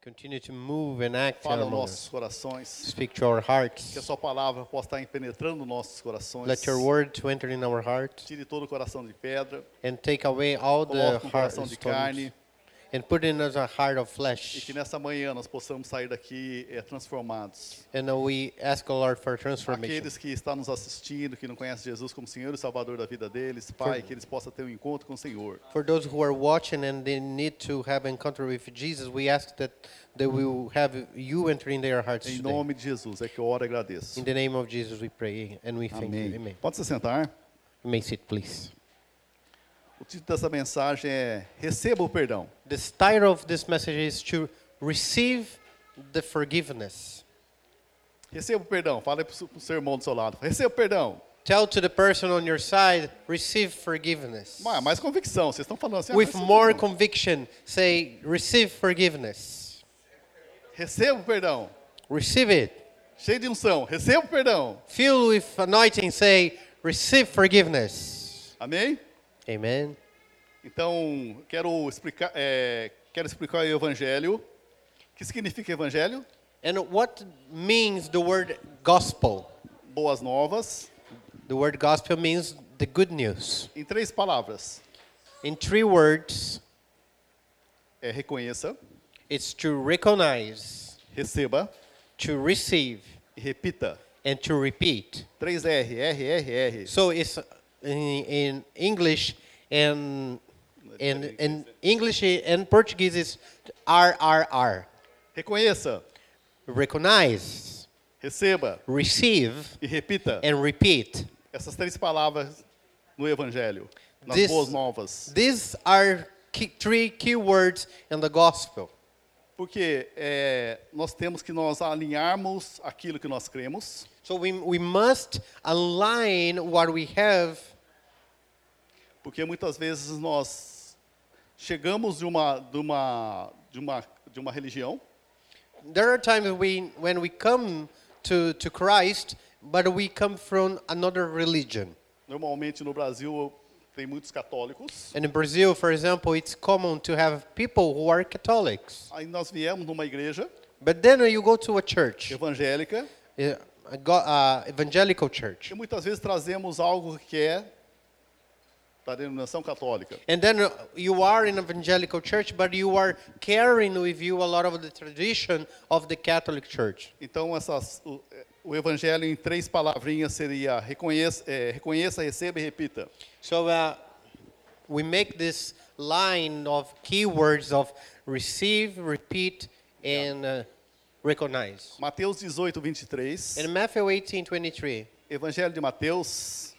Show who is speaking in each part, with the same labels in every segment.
Speaker 1: Continue to move and act in our
Speaker 2: Fala aos
Speaker 1: lives.
Speaker 2: nossos corações.
Speaker 1: Speak to our
Speaker 2: Que a
Speaker 1: hearts.
Speaker 2: sua palavra possa estar penetrando nossos corações.
Speaker 1: Let your word to enter in our hearts
Speaker 2: Tire todo o coração de pedra.
Speaker 1: and take away all the
Speaker 2: Coloque um
Speaker 1: heart
Speaker 2: coração de
Speaker 1: stones
Speaker 2: carne.
Speaker 1: and put in us a heart of
Speaker 2: E
Speaker 1: flesh.
Speaker 2: que nessa manhã nós possamos sair daqui eh, transformados.
Speaker 1: And we ask, O Lord, for transformation.
Speaker 2: Aqueles que estão nos assistindo, que não conhecem Jesus como Senhor e Salvador da vida deles, Pai, que eles possam ter um encontro com o Senhor.
Speaker 1: For those who are watching and they need to have encounter with Jesus, we ask that they will have you enter in their hearts
Speaker 2: Em
Speaker 1: today.
Speaker 2: nome de Jesus, é que eu oro e agradeço.
Speaker 1: In the name of Jesus, we pray and we thank you. Amen.
Speaker 2: Amém. Pode se sentar.
Speaker 1: You may sit, please.
Speaker 2: O título dessa mensagem é Receba o Perdão.
Speaker 1: The title of this message is to receive the forgiveness.
Speaker 2: Receba o perdão. Fala para o seu irmão do seu lado. Receba o perdão.
Speaker 1: Tell to the person on your side, receive forgiveness.
Speaker 2: Mas Ah, mais convicção. Vocês estão falando assim. ah,
Speaker 1: With
Speaker 2: receba o
Speaker 1: more
Speaker 2: perdão.
Speaker 1: conviction, say, receive forgiveness.
Speaker 2: Receba o perdão.
Speaker 1: Receive it.
Speaker 2: Cheio de unção. Receba o perdão.
Speaker 1: Filled with anointing, say, receive forgiveness.
Speaker 2: Amém?
Speaker 1: Amen.
Speaker 2: Então, quero explicar, é, quero explicar o evangelho. O que significa evangelho?
Speaker 1: And what means the word gospel?
Speaker 2: Boas novas.
Speaker 1: The word gospel means the good news.
Speaker 2: Em três palavras.
Speaker 1: In three words,
Speaker 2: É reconheça,
Speaker 1: it's to recognize,
Speaker 2: receba
Speaker 1: to receive,
Speaker 2: e repita.
Speaker 1: and to repeat.
Speaker 2: Três R, R, R, R.
Speaker 1: So it's uh, in, in English and and in English and Portuguese is RRR.
Speaker 2: Reconheça,
Speaker 1: Recognize,
Speaker 2: receba
Speaker 1: receive,
Speaker 2: e repita.
Speaker 1: and repeat.
Speaker 2: Essas três palavras no evangelho. Nas
Speaker 1: This-
Speaker 2: boas novas.
Speaker 1: These are key, three key words in the gospel
Speaker 2: Porque é, nós temos que nós alinharmos aquilo que nós cremos
Speaker 1: So we, we must align what we have
Speaker 2: Porque muitas vezes nós chegamos de uma de uma de uma de uma religião
Speaker 1: There are times we, when we come to, to Christ, but we come from another religion.
Speaker 2: normalmente no Brasil tem muitos católicos
Speaker 1: And in Brazil, for example, it's common to have people who are Catholics.
Speaker 2: aí nós viemos numa igreja
Speaker 1: But then you go to a church,
Speaker 2: evangélica
Speaker 1: eh, a go- uh, evangelical church,
Speaker 2: e muitas vezes trazemos algo que é da denominação católica
Speaker 1: and then uh, you are in evangelical church, but you are carrying with you a lot of the tradition of the Catholic Church.
Speaker 2: então essas o, o evangelho em três palavrinhas seria reconheça é, reconheça receba e repita
Speaker 1: So uh, we make this line of keywords of receive, repeat, and uh, recognize.
Speaker 2: Mateus 18 23
Speaker 1: In Matthew 18, 23,
Speaker 2: evangelho de Mateus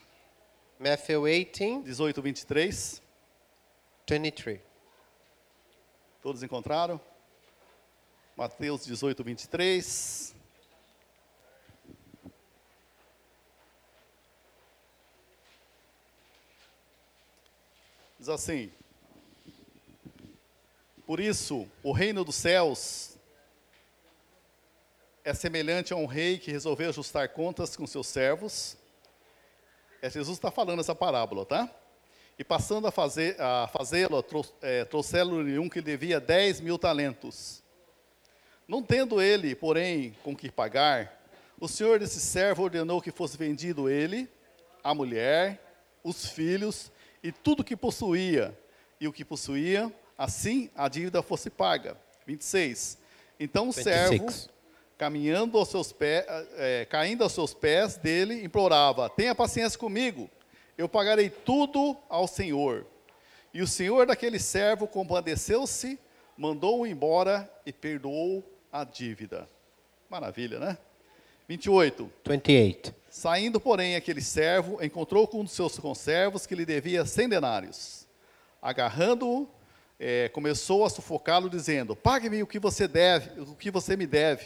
Speaker 1: Matthew 18,
Speaker 2: 18 23
Speaker 1: 23.
Speaker 2: Todos encontraram? Mateus 18, 23. Diz assim: Por isso, o reino dos céus é semelhante a um rei que resolveu ajustar contas com seus servos. É, Jesus está falando essa parábola, tá? E passando a, fazer, a fazê-lo, trou, é, trouxeram-lhe um que devia 10 mil talentos. Não tendo ele, porém, com que pagar, o senhor desse servo ordenou que fosse vendido ele, a mulher, os filhos e tudo que possuía, e o que possuía, assim a dívida fosse paga. 26. Então o servo
Speaker 1: 26.
Speaker 2: caminhando aos seus pés, caindo aos seus pés dele, implorava: Tenha paciência comigo, eu pagarei tudo ao Senhor. E o Senhor daquele servo compadeceu-se, mandou-o embora e perdoou a dívida. Maravilha, né? 28.
Speaker 1: 28.
Speaker 2: Saindo, porém, aquele servo encontrou com um dos seus conservos que lhe devia cem denários. Agarrando-o, eh, começou a sufocá-lo, dizendo: Pague-me o que você deve, o que você me deve.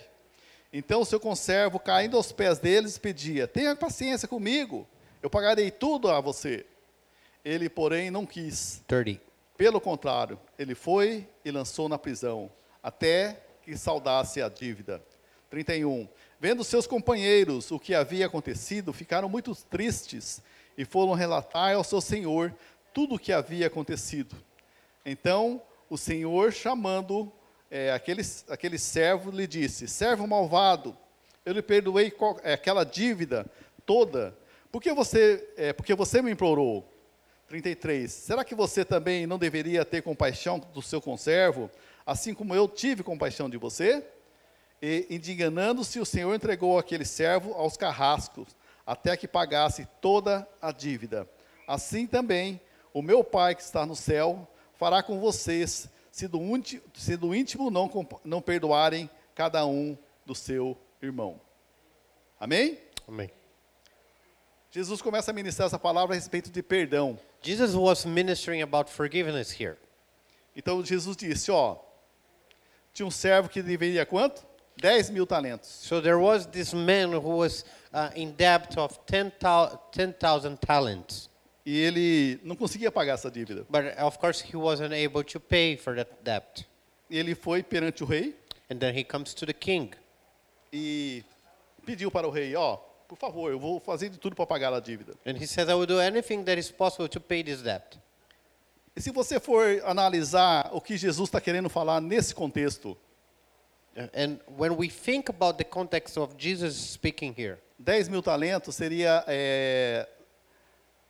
Speaker 2: Então o seu conservo, caindo aos pés deles, pedia: Tenha paciência comigo, eu pagarei tudo a você. Ele, porém, não quis.
Speaker 1: 30.
Speaker 2: Pelo contrário, ele foi e lançou na prisão, até que saudasse a dívida. 31. Vendo seus companheiros o que havia acontecido, ficaram muito tristes e foram relatar ao seu senhor tudo o que havia acontecido. Então, o senhor, chamando, é, aquele, aquele servo lhe disse: Servo malvado, eu lhe perdoei qual- é, aquela dívida toda. Por que você, é, porque você me implorou? 33. Será que você também não deveria ter compaixão do seu conservo, assim como eu tive compaixão de você? E, indignando-se, o Senhor entregou aquele servo aos carrascos, até que pagasse toda a dívida. Assim também, o meu Pai que está no céu fará com vocês, se do, unti- se do íntimo não, compa- não perdoarem cada um do seu irmão. Amém?
Speaker 1: Amém.
Speaker 2: Jesus começa a ministrar essa palavra a respeito de perdão.
Speaker 1: Jesus was ministering about forgiveness here.
Speaker 2: Então Jesus disse: Ó, tinha um servo que deveria quanto? 10 mil talentos.
Speaker 1: So there was this man who was uh, in debt of 10,000 10,000 talents.
Speaker 2: E ele não conseguia pagar essa dívida.
Speaker 1: But uh, of course, he wasn't able to pay for that debt.
Speaker 2: E ele foi perante o rei
Speaker 1: And then he comes to the king
Speaker 2: e pediu para o rei: Ó, por favor, eu vou fazer de tudo para pagar a dívida.
Speaker 1: and he says, I will do anything that is possible to pay this debt.
Speaker 2: E se você for analisar o que Jesus está querendo falar nesse contexto,
Speaker 1: Uh, And when we think about the context of Jesus speaking here,
Speaker 2: 10 mil talentos seria é,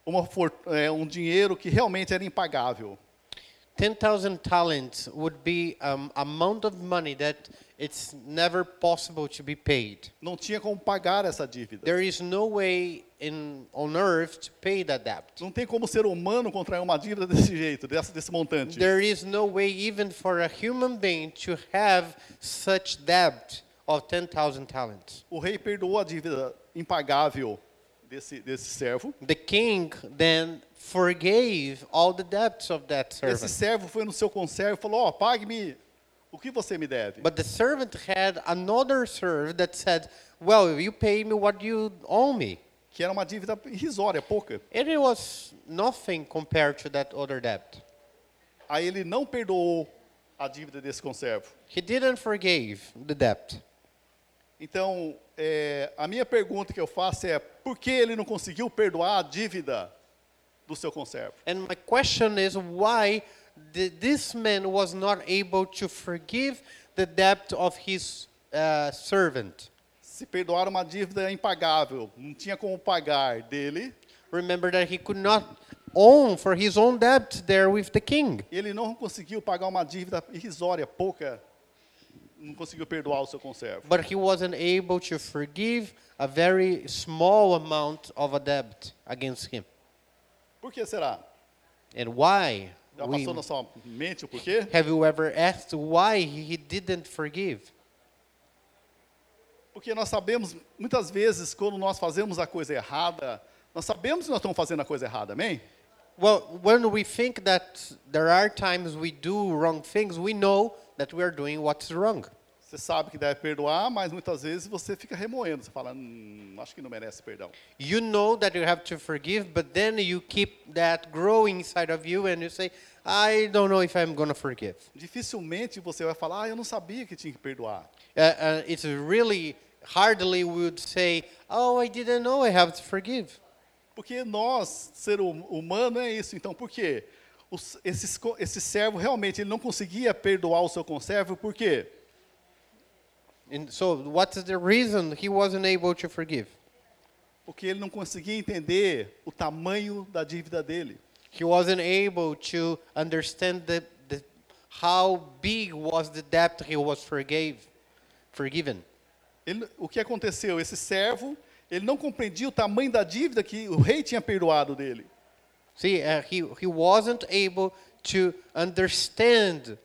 Speaker 2: uma for- é, um dinheiro que realmente era impagável.
Speaker 1: 10,000 talents would be um, amount of money that it's never possible to be paid.
Speaker 2: Não tinha como pagar essa dívida.
Speaker 1: There is no way in, on earth to pay that debt.
Speaker 2: Não tem como ser humano contrair uma dívida desse jeito, dessa, desse montante.
Speaker 1: There is no way even for a human being to have such debt of 10,000 talents.
Speaker 2: O rei perdoou a dívida impagável desse, desse servo.
Speaker 1: The king then forgave all the debts of that
Speaker 2: Esse
Speaker 1: servant.
Speaker 2: servo foi no seu conservo e falou: Ó, pague-me o que você me deve.
Speaker 1: But the servant had another servant that said, Well, you pay me what you owe me.
Speaker 2: Que era uma dívida irrisória, pouca.
Speaker 1: And it was nothing compared to that other debt.
Speaker 2: Aí ele não perdoou a dívida desse conservo.
Speaker 1: He didn't forgive the debt.
Speaker 2: Então, é, a minha pergunta que eu faço é: por que ele não conseguiu perdoar a dívida do seu conservo?
Speaker 1: And my question is why th- this man was not able to forgive the debt of his uh, servant.
Speaker 2: Se perdoar uma dívida impagável, não tinha como pagar dele,
Speaker 1: Remember that he could not own for his own debt there with the king.
Speaker 2: ele não conseguiu pagar uma dívida irrisória, pouca, não conseguiu perdoar o seu conservo.
Speaker 1: But he wasn't able to forgive a very small amount of a debt against him.
Speaker 2: Por que será?
Speaker 1: And why?
Speaker 2: Já
Speaker 1: we-
Speaker 2: passou na sua mente o porquê?
Speaker 1: have you ever asked why he didn't forgive?
Speaker 2: Porque nós sabemos, muitas vezes, quando nós fazemos a coisa errada, nós sabemos que nós estamos fazendo a coisa errada, amém?
Speaker 1: Well, when we think that there are times we do wrong things, we know that we are doing what's wrong.
Speaker 2: Você sabe que deve perdoar, mas muitas vezes você fica remoendo. Você fala, hum, acho que não merece perdão.
Speaker 1: You know that you have to forgive, but then you keep that growing inside of you and you say, I don't know if I'm going to forgive.
Speaker 2: Dificilmente você vai falar, ah, eu não sabia que tinha que perdoar.
Speaker 1: Uh, uh, it's really hardly we would say, Oh, I didn't know I have to forgive.
Speaker 2: Porque nós, ser hum- humano, é isso. Então, por quê? Os- esses co- esse servo realmente ele não conseguia perdoar o seu conservo, por quê?
Speaker 1: And so, what is the reason he wasn't able to forgive?
Speaker 2: Porque ele não conseguia entender o tamanho da dívida dele.
Speaker 1: He wasn't able to understand the, the, how big was the debt he was forgave, forgiven.
Speaker 2: Ele- o que aconteceu? Esse servo, ele não compreendia o tamanho da dívida que o rei tinha perdoado dele.
Speaker 1: See, uh, he, he wasn't able to understand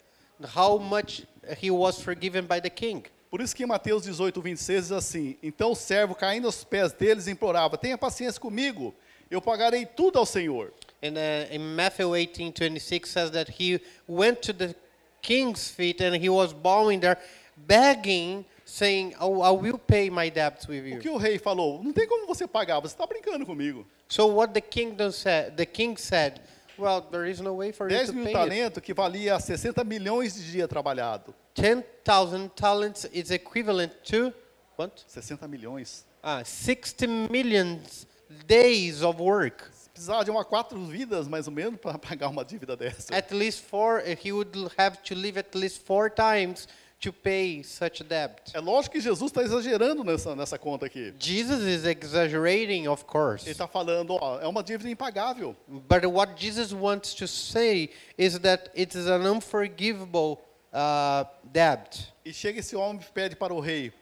Speaker 1: how much he was forgiven by the king.
Speaker 2: Por isso que em Mateus 18, 26 diz assim: Então o servo, caindo aos pés deles, implorava: Tenha paciência comigo, eu pagarei tudo ao Senhor.
Speaker 1: And uh, in Matthew 18, 26 says that he went to the king's feet and he was bowing there, begging, saying, oh, I will pay my debts with
Speaker 2: O
Speaker 1: you.
Speaker 2: que o rei falou? Não tem como você pagar, você está brincando comigo.
Speaker 1: So what the kingdom said, the king said, well, there is no way for you
Speaker 2: 10
Speaker 1: to
Speaker 2: mil
Speaker 1: pay it.
Speaker 2: talentos que valia 60 milhões de dia trabalhado.
Speaker 1: 10,000 talents is equivalent to what?
Speaker 2: 60 milhões.
Speaker 1: Ah, 60 million days of work.
Speaker 2: Pra precisava de uma quatro vidas, mais ou menos, para pagar uma dívida dessa.
Speaker 1: At least four, eh, he would have to live at least four times to pay such debt.
Speaker 2: É lógico que Jesus está exagerando nessa, nessa conta aqui.
Speaker 1: Jesus is exaggerating, of
Speaker 2: Ele
Speaker 1: course.
Speaker 2: está falando, ó, é uma dívida impagável.
Speaker 1: But what Jesus wants to say is that it is an unforgivable uh, debt.
Speaker 2: E chega esse homem e pede para o rei,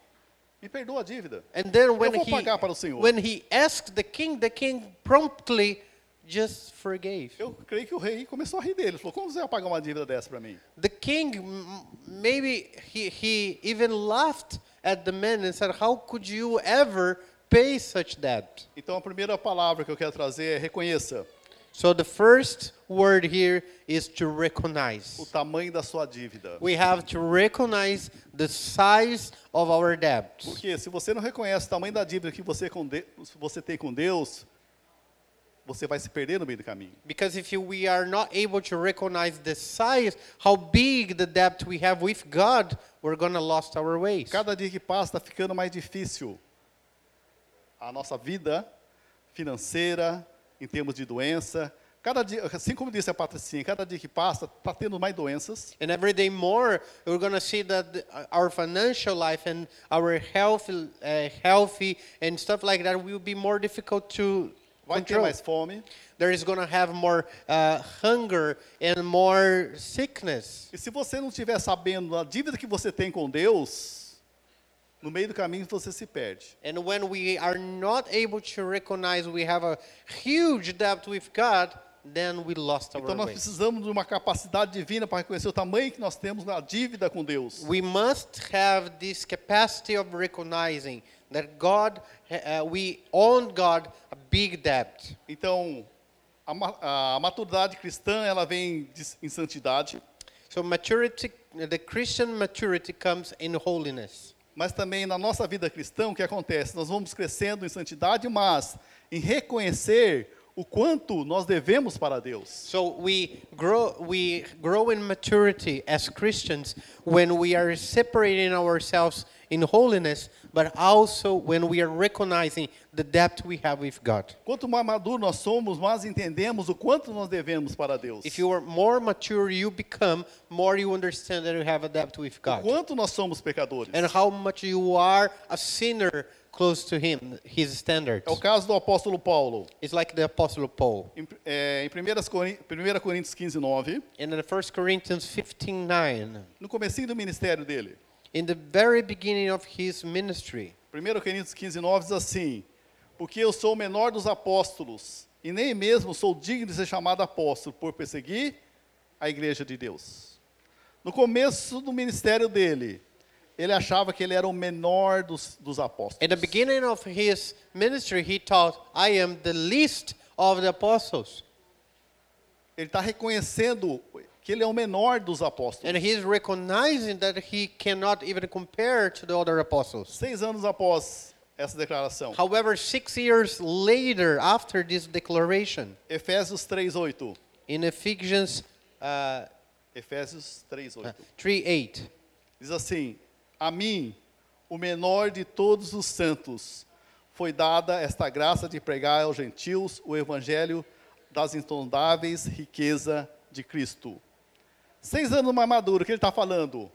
Speaker 2: me perdoa a dívida.
Speaker 1: And then when
Speaker 2: vou
Speaker 1: he,
Speaker 2: pagar para o Senhor.
Speaker 1: when he asked the king, the king promptly just forgave.
Speaker 2: Eu creio que o rei começou a rir dele. Falou, como você vai pagar uma dívida dessa para mim?
Speaker 1: The king, m- maybe he, he even laughed at the man and said, How could you ever pay such debt?
Speaker 2: Então a primeira palavra que eu quero trazer é reconheça
Speaker 1: So the first word here is to
Speaker 2: o
Speaker 1: recognize.
Speaker 2: tamanho da sua dívida.
Speaker 1: We have to recognize the size of our debt.
Speaker 2: Porque se você não reconhece o tamanho da dívida que você, com de- você tem com Deus, você vai se perder no meio do caminho.
Speaker 1: Because if you- we are not able to recognize the size, how big the debt we have with God, we're going to lost our ways.
Speaker 2: Cada dia que passa está ficando mais difícil a nossa vida financeira, em termos de doença. Cada dia, assim como disse a Patricinha, cada dia que passa está tendo mais doenças.
Speaker 1: And every day more, we're going to see that the- uh, our financial life and our health, uh, healthy and stuff like that will be more difficult to
Speaker 2: Vai ter
Speaker 1: control.
Speaker 2: mais fome.
Speaker 1: There is going to have more uh, hunger and more sickness.
Speaker 2: E se você não estiver sabendo a dívida que você tem com Deus, no meio do caminho você se perde.
Speaker 1: And when we are not able to recognize we have a huge debt with God, then we lost our
Speaker 2: Então nós
Speaker 1: way.
Speaker 2: precisamos de uma capacidade divina para reconhecer o tamanho que nós temos na dívida com Deus.
Speaker 1: We must have this capacity of recognizing that God, uh, we own God a big debt.
Speaker 2: Então, a, ma- a maturidade cristã, ela vem de- em santidade,
Speaker 1: So maturity, the Christian maturity comes in holiness.
Speaker 2: mas também na nossa vida cristã, o que acontece? Nós vamos crescendo em santidade, mas em reconhecer o quanto nós devemos para Deus.
Speaker 1: So we grow, we grow in maturity as Christians when we are separating ourselves in holiness, but also when we are recognizing the debt we have with God.
Speaker 2: Quanto mais maduro nós somos, mais entendemos o quanto nós devemos para Deus.
Speaker 1: If you are more mature, you become more you understand that you have a debt with
Speaker 2: O
Speaker 1: God
Speaker 2: quanto nós somos pecadores.
Speaker 1: and how much you are a sinner close to Him, His standards.
Speaker 2: É o caso do apóstolo Paulo.
Speaker 1: It's like the Apostle Paul.
Speaker 2: Em, é, em 1 Corin- 1 Coríntios 15, 9,
Speaker 1: And in 1 Corinthians 15 9.
Speaker 2: no comecinho do ministério dele,
Speaker 1: in the very beginning of his ministry.
Speaker 2: 1 Coríntios 15, 9 diz assim, porque eu sou o menor dos apóstolos, e nem mesmo sou digno de ser chamado apóstolo, por perseguir a igreja de Deus. No começo do ministério dele, ele achava que ele era o menor dos, dos
Speaker 1: In the
Speaker 2: apóstolos.
Speaker 1: beginning of his ministry, he taught, I am the least of the apostles.
Speaker 2: Ele está reconhecendo que ele é o menor dos apóstolos.
Speaker 1: And he's recognizing that he cannot even compare to the other apostles.
Speaker 2: Seis anos após essa declaração,
Speaker 1: However, six years later, after this declaration,
Speaker 2: Efésios 3:8.
Speaker 1: in Ephesians uh,
Speaker 2: Efésios 3:8.
Speaker 1: 3 8,
Speaker 2: Diz assim: A mim, o menor de todos os santos, foi dada esta graça de pregar aos gentios o evangelho das insondáveis riqueza de Cristo. Seis anos mais maduro, o que ele está falando?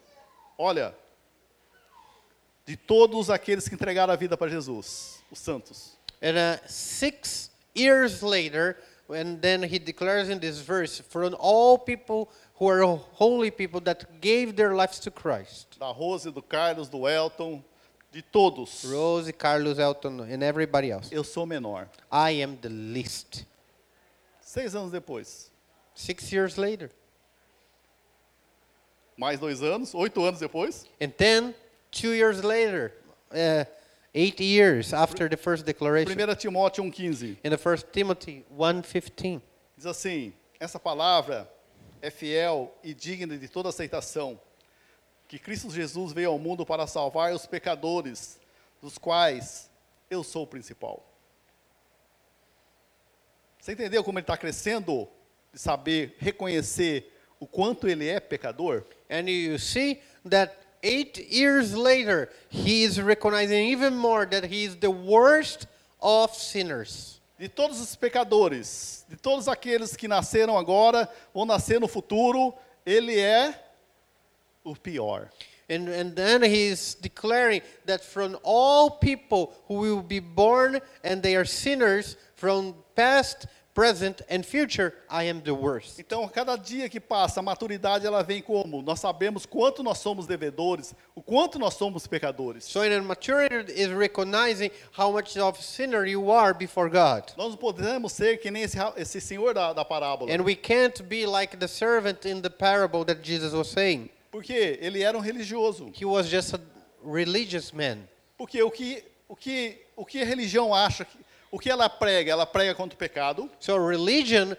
Speaker 2: Olha, de todos aqueles que entregaram a vida para Jesus, os santos.
Speaker 1: And uh, six years later, and then he declares in this verse, from all people who are holy people that gave their lives to Christ.
Speaker 2: Da Rose, do Carlos, do Elton, de todos.
Speaker 1: Rose, Carlos, Elton, and everybody else.
Speaker 2: Eu sou o menor.
Speaker 1: I am the least.
Speaker 2: Seis anos depois,
Speaker 1: Six years later.
Speaker 2: mais dois anos, oito anos depois,
Speaker 1: And then, two years later, uh, eight years after the first declaration,
Speaker 2: 1 Timóteo 1,15.
Speaker 1: in the first Timothy 1.15.
Speaker 2: Diz assim: essa palavra é fiel e digna de toda aceitação, que Cristo Jesus veio ao mundo para salvar os pecadores, dos quais eu sou o principal. Você entendeu como ele está crescendo? De saber reconhecer o quanto ele é pecador?
Speaker 1: And you see that eight years later, he is recognizing even more that he is the worst of sinners.
Speaker 2: de todos os pecadores, de todos aqueles que nasceram agora ou nascer no futuro, ele é o pior.
Speaker 1: And, and then he's declaring that from all people who will be born and they are sinners, from past, present, and future, I am the worst.
Speaker 2: Então, a cada dia que passa, a maturidade ela vem como? Nós sabemos quanto nós somos devedores, o quanto nós somos pecadores.
Speaker 1: So, in maturity is recognizing how much of a sinner you are before God.
Speaker 2: Nós não podemos ser que nem esse, ra- esse senhor da, da parábola,
Speaker 1: And we can't be like the servant in the parable that Jesus was saying.
Speaker 2: porque ele era um religioso.
Speaker 1: He was just a religious man.
Speaker 2: Porque o que, o que, o que a religião acha, que- o que ela prega, ela prega contra o pecado,
Speaker 1: So religion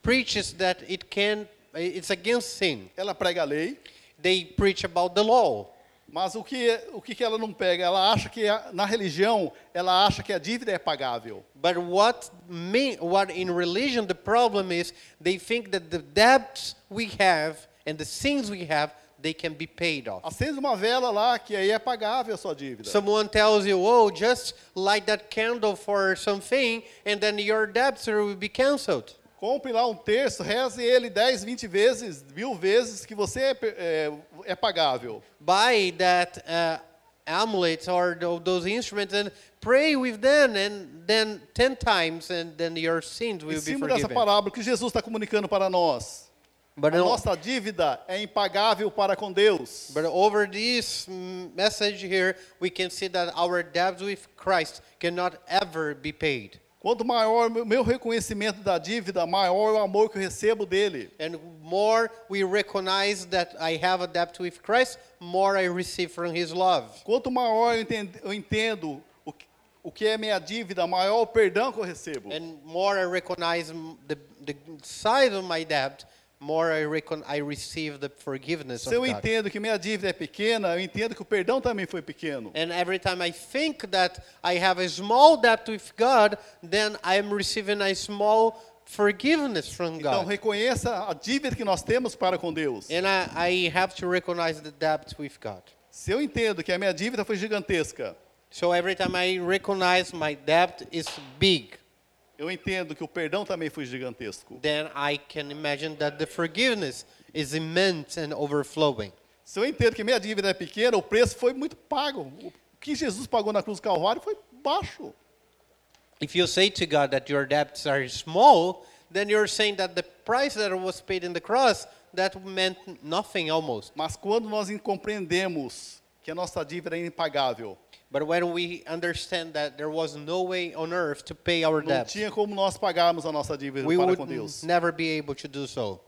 Speaker 1: preaches that it can it's against sin.
Speaker 2: ela prega a lei,
Speaker 1: They preach about the law.
Speaker 2: mas o que, o que que ela não pega? Ela acha que a- na religião, ela acha que a dívida é pagável.
Speaker 1: But what me, what in religion the problem is they think that the debts we have and the sins we have they can be paid off.
Speaker 2: Acende uma vela lá, que aí é pagável a sua dívida.
Speaker 1: Someone tells you, "Oh, just light that candle for something and then your debts will be canceled."
Speaker 2: Compre lá um terço, reze ele 10, 20 vezes, mil vezes, que você é, pe- é, é pagável.
Speaker 1: Buy that uh, amulet or tho- those instruments and pray with them and then 10 times and then your sins
Speaker 2: Em
Speaker 1: will be
Speaker 2: cima dessa
Speaker 1: forgiven.
Speaker 2: parábola que Jesus está comunicando para nós.
Speaker 1: But,
Speaker 2: A
Speaker 1: no-
Speaker 2: nossa dívida é impagável para com Deus.
Speaker 1: but over this mm, message here, we can see that our debts with Christ cannot ever be paid.
Speaker 2: Quanto maior o meu reconhecimento da dívida, maior o amor que eu recebo dele.
Speaker 1: And more we recognize that I have a debt with Christ, more I receive from his love.
Speaker 2: Quanto maior eu entendo, eu entendo o, que, o que é minha dívida, maior o perdão que eu recebo.
Speaker 1: And more I recognize m- the, the size of my debt, more I, recon- I receive the forgiveness
Speaker 2: Se eu
Speaker 1: of God.
Speaker 2: entendo que minha dívida é pequena, eu entendo que o perdão também foi pequeno.
Speaker 1: And every time I think that I have a small debt with God, then I am receiving a small forgiveness from
Speaker 2: Então
Speaker 1: God.
Speaker 2: reconheça a dívida que nós temos para com Deus.
Speaker 1: And I, I have to recognize the debt with God.
Speaker 2: Se eu entendo que a minha dívida foi gigantesca,
Speaker 1: So every time I recognize my debt is big,
Speaker 2: eu entendo que o perdão também foi gigantesco.
Speaker 1: then I can imagine that the forgiveness is immense and overflowing.
Speaker 2: Se eu entendo que a minha dívida é pequena, o preço foi muito pago. O que Jesus pagou na cruz do Calvário foi baixo.
Speaker 1: If you say to God that your debts are small, then you're saying that the price that was paid in the cross that meant nothing almost.
Speaker 2: Mas quando nós compreendemos que a nossa dívida é impagável,
Speaker 1: But when we understand that there was no way on earth to pay our
Speaker 2: não
Speaker 1: debt,
Speaker 2: tinha como nós pagarmos a nossa dívida
Speaker 1: we
Speaker 2: para
Speaker 1: would
Speaker 2: com Deus.
Speaker 1: never be able to do so.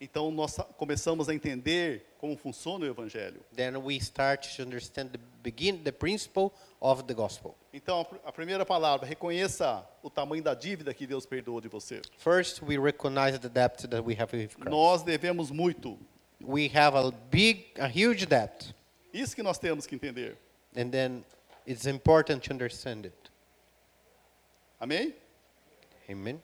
Speaker 2: Então nós começamos a entender como funciona o evangelho.
Speaker 1: Then we start to understand the begin the principle of the gospel.
Speaker 2: Então a pr- a primeira palavra, reconheça o tamanho da dívida que Deus perdoou de você.
Speaker 1: First, we recognize the debt that we have with Christ.
Speaker 2: Nós devemos muito.
Speaker 1: We have a big, a huge debt,
Speaker 2: Isso que nós temos que entender.
Speaker 1: and then it's important to understand it.
Speaker 2: Amém?
Speaker 1: Amen.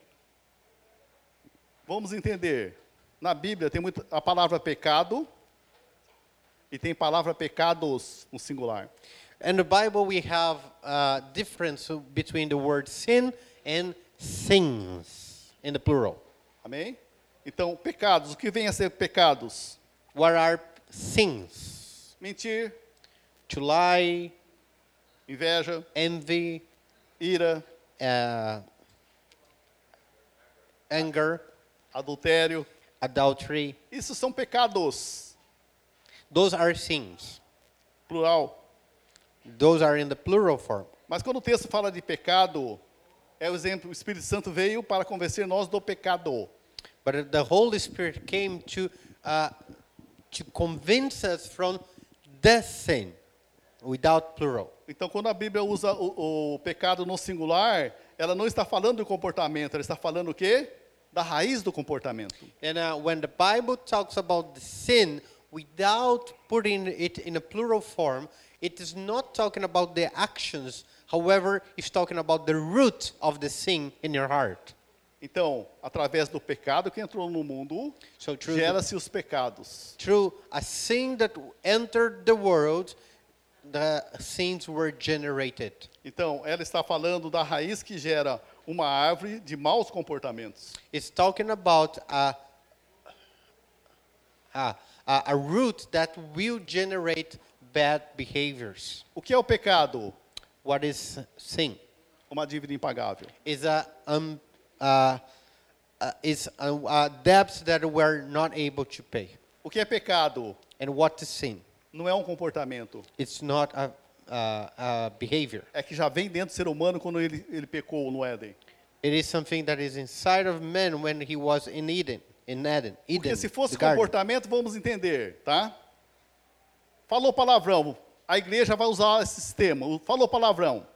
Speaker 2: Vamos entender. Na Bíblia tem muito, a palavra pecado e tem palavra pecados no singular.
Speaker 1: In the Bible, we have a difference between the word sin and sins in the plural.
Speaker 2: Amém? Então, pecados, o que vem a ser pecados?
Speaker 1: What are sins?
Speaker 2: Mentir,
Speaker 1: to lie,
Speaker 2: inveja,
Speaker 1: envy,
Speaker 2: ira,
Speaker 1: uh, anger,
Speaker 2: adultério.
Speaker 1: adultery.
Speaker 2: Isso são pecados,
Speaker 1: Those are sins.
Speaker 2: plural.
Speaker 1: Those are in the plural form.
Speaker 2: Mas quando o texto fala de pecado, é o exemplo, o Espírito Santo veio para convencer nós do pecado.
Speaker 1: But the Holy Spirit came to uh, to convince us from the sin, without plural.
Speaker 2: Então, quando a Bíblia usa o, o pecado no singular, ela não está falando do comportamento, ela está falando o quê? Da raiz do comportamento.
Speaker 1: And uh, when the Bible talks about the sin without putting it in a plural form, it is not talking about the actions. However, it's talking about the root of the sin in your heart.
Speaker 2: Então, através do pecado que entrou no mundo,
Speaker 1: So true.
Speaker 2: gera-se os pecados.
Speaker 1: Through a sin that entered the world, the sins were generated.
Speaker 2: Então, ela está falando da raiz que gera uma árvore de maus comportamentos.
Speaker 1: It's talking about a, a, a, a root that will generate bad behaviors.
Speaker 2: O que é o pecado?
Speaker 1: What is sin?
Speaker 2: Uma dívida impagável.
Speaker 1: Is a, um, uh, uh, is a, a debts that we're not able to pay.
Speaker 2: O que é pecado?
Speaker 1: And what is sin?
Speaker 2: Não é um comportamento.
Speaker 1: It's not a, uh, a behavior.
Speaker 2: É que já vem dentro do ser humano quando ele, ele pecou no Éden.
Speaker 1: It is something that is inside of man when he was in Eden, in Eden, Eden.
Speaker 2: Porque se fosse
Speaker 1: the garden.
Speaker 2: comportamento, vamos entender, tá? Falou palavrão, a igreja vai usar esse sistema. O- Falou palavrão.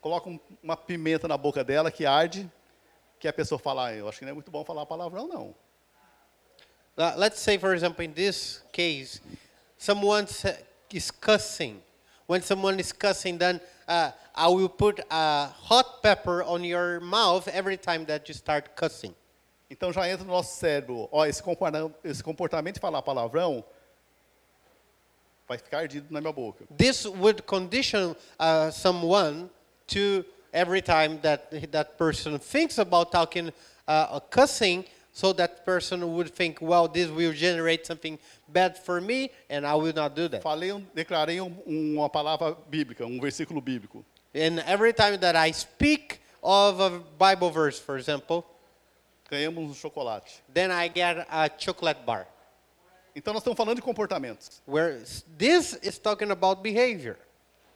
Speaker 2: Coloca um- uma pimenta na boca dela que arde, que a pessoa fala, "Ah, eu acho que não é muito bom falar palavrão, não.
Speaker 1: Uh, let's say, for example, in this case, someone sa- is cussing. When someone is cussing, then uh, I will put a hot pepper on your mouth every time that you start cussing.
Speaker 2: Então já entra no nosso cérebro, ó, esse comporta- esse comportamento de falar palavrão vai ficar ardido na minha boca.
Speaker 1: This would condition uh, someone to every time that that person thinks about talking uh, or cussing, so that person would think, well, this will generate something bad for me, and I will not do that.
Speaker 2: Falei, um- declarei um- uma palavra bíblica, um versículo bíblico.
Speaker 1: And every time that I speak of a Bible verse, for example,
Speaker 2: Ganhamos um chocolate.
Speaker 1: then I get a chocolate bar.
Speaker 2: Então nós estamos falando de comportamentos.
Speaker 1: Where this is talking about behavior.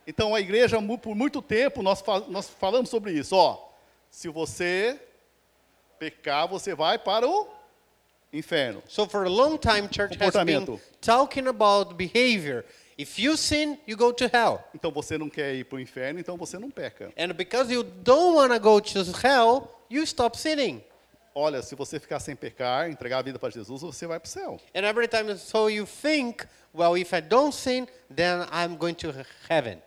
Speaker 2: Então a igreja, mu- por muito tempo, nós, fa- nós falamos sobre isso. Ó, se você pecar, você vai para o inferno.
Speaker 1: So for a long time, church has been
Speaker 2: Comportamento.
Speaker 1: talking about behavior. If you sin, you go to hell.
Speaker 2: Então você não quer ir para o inferno, então você não peca.
Speaker 1: And because you don't want to go to hell, you stop sinning.
Speaker 2: Olha, se você ficar sem pecar, entregar a vida para Jesus, você vai para o céu.
Speaker 1: And every time, so you think, well, if I don't sin, then I'm going to heaven.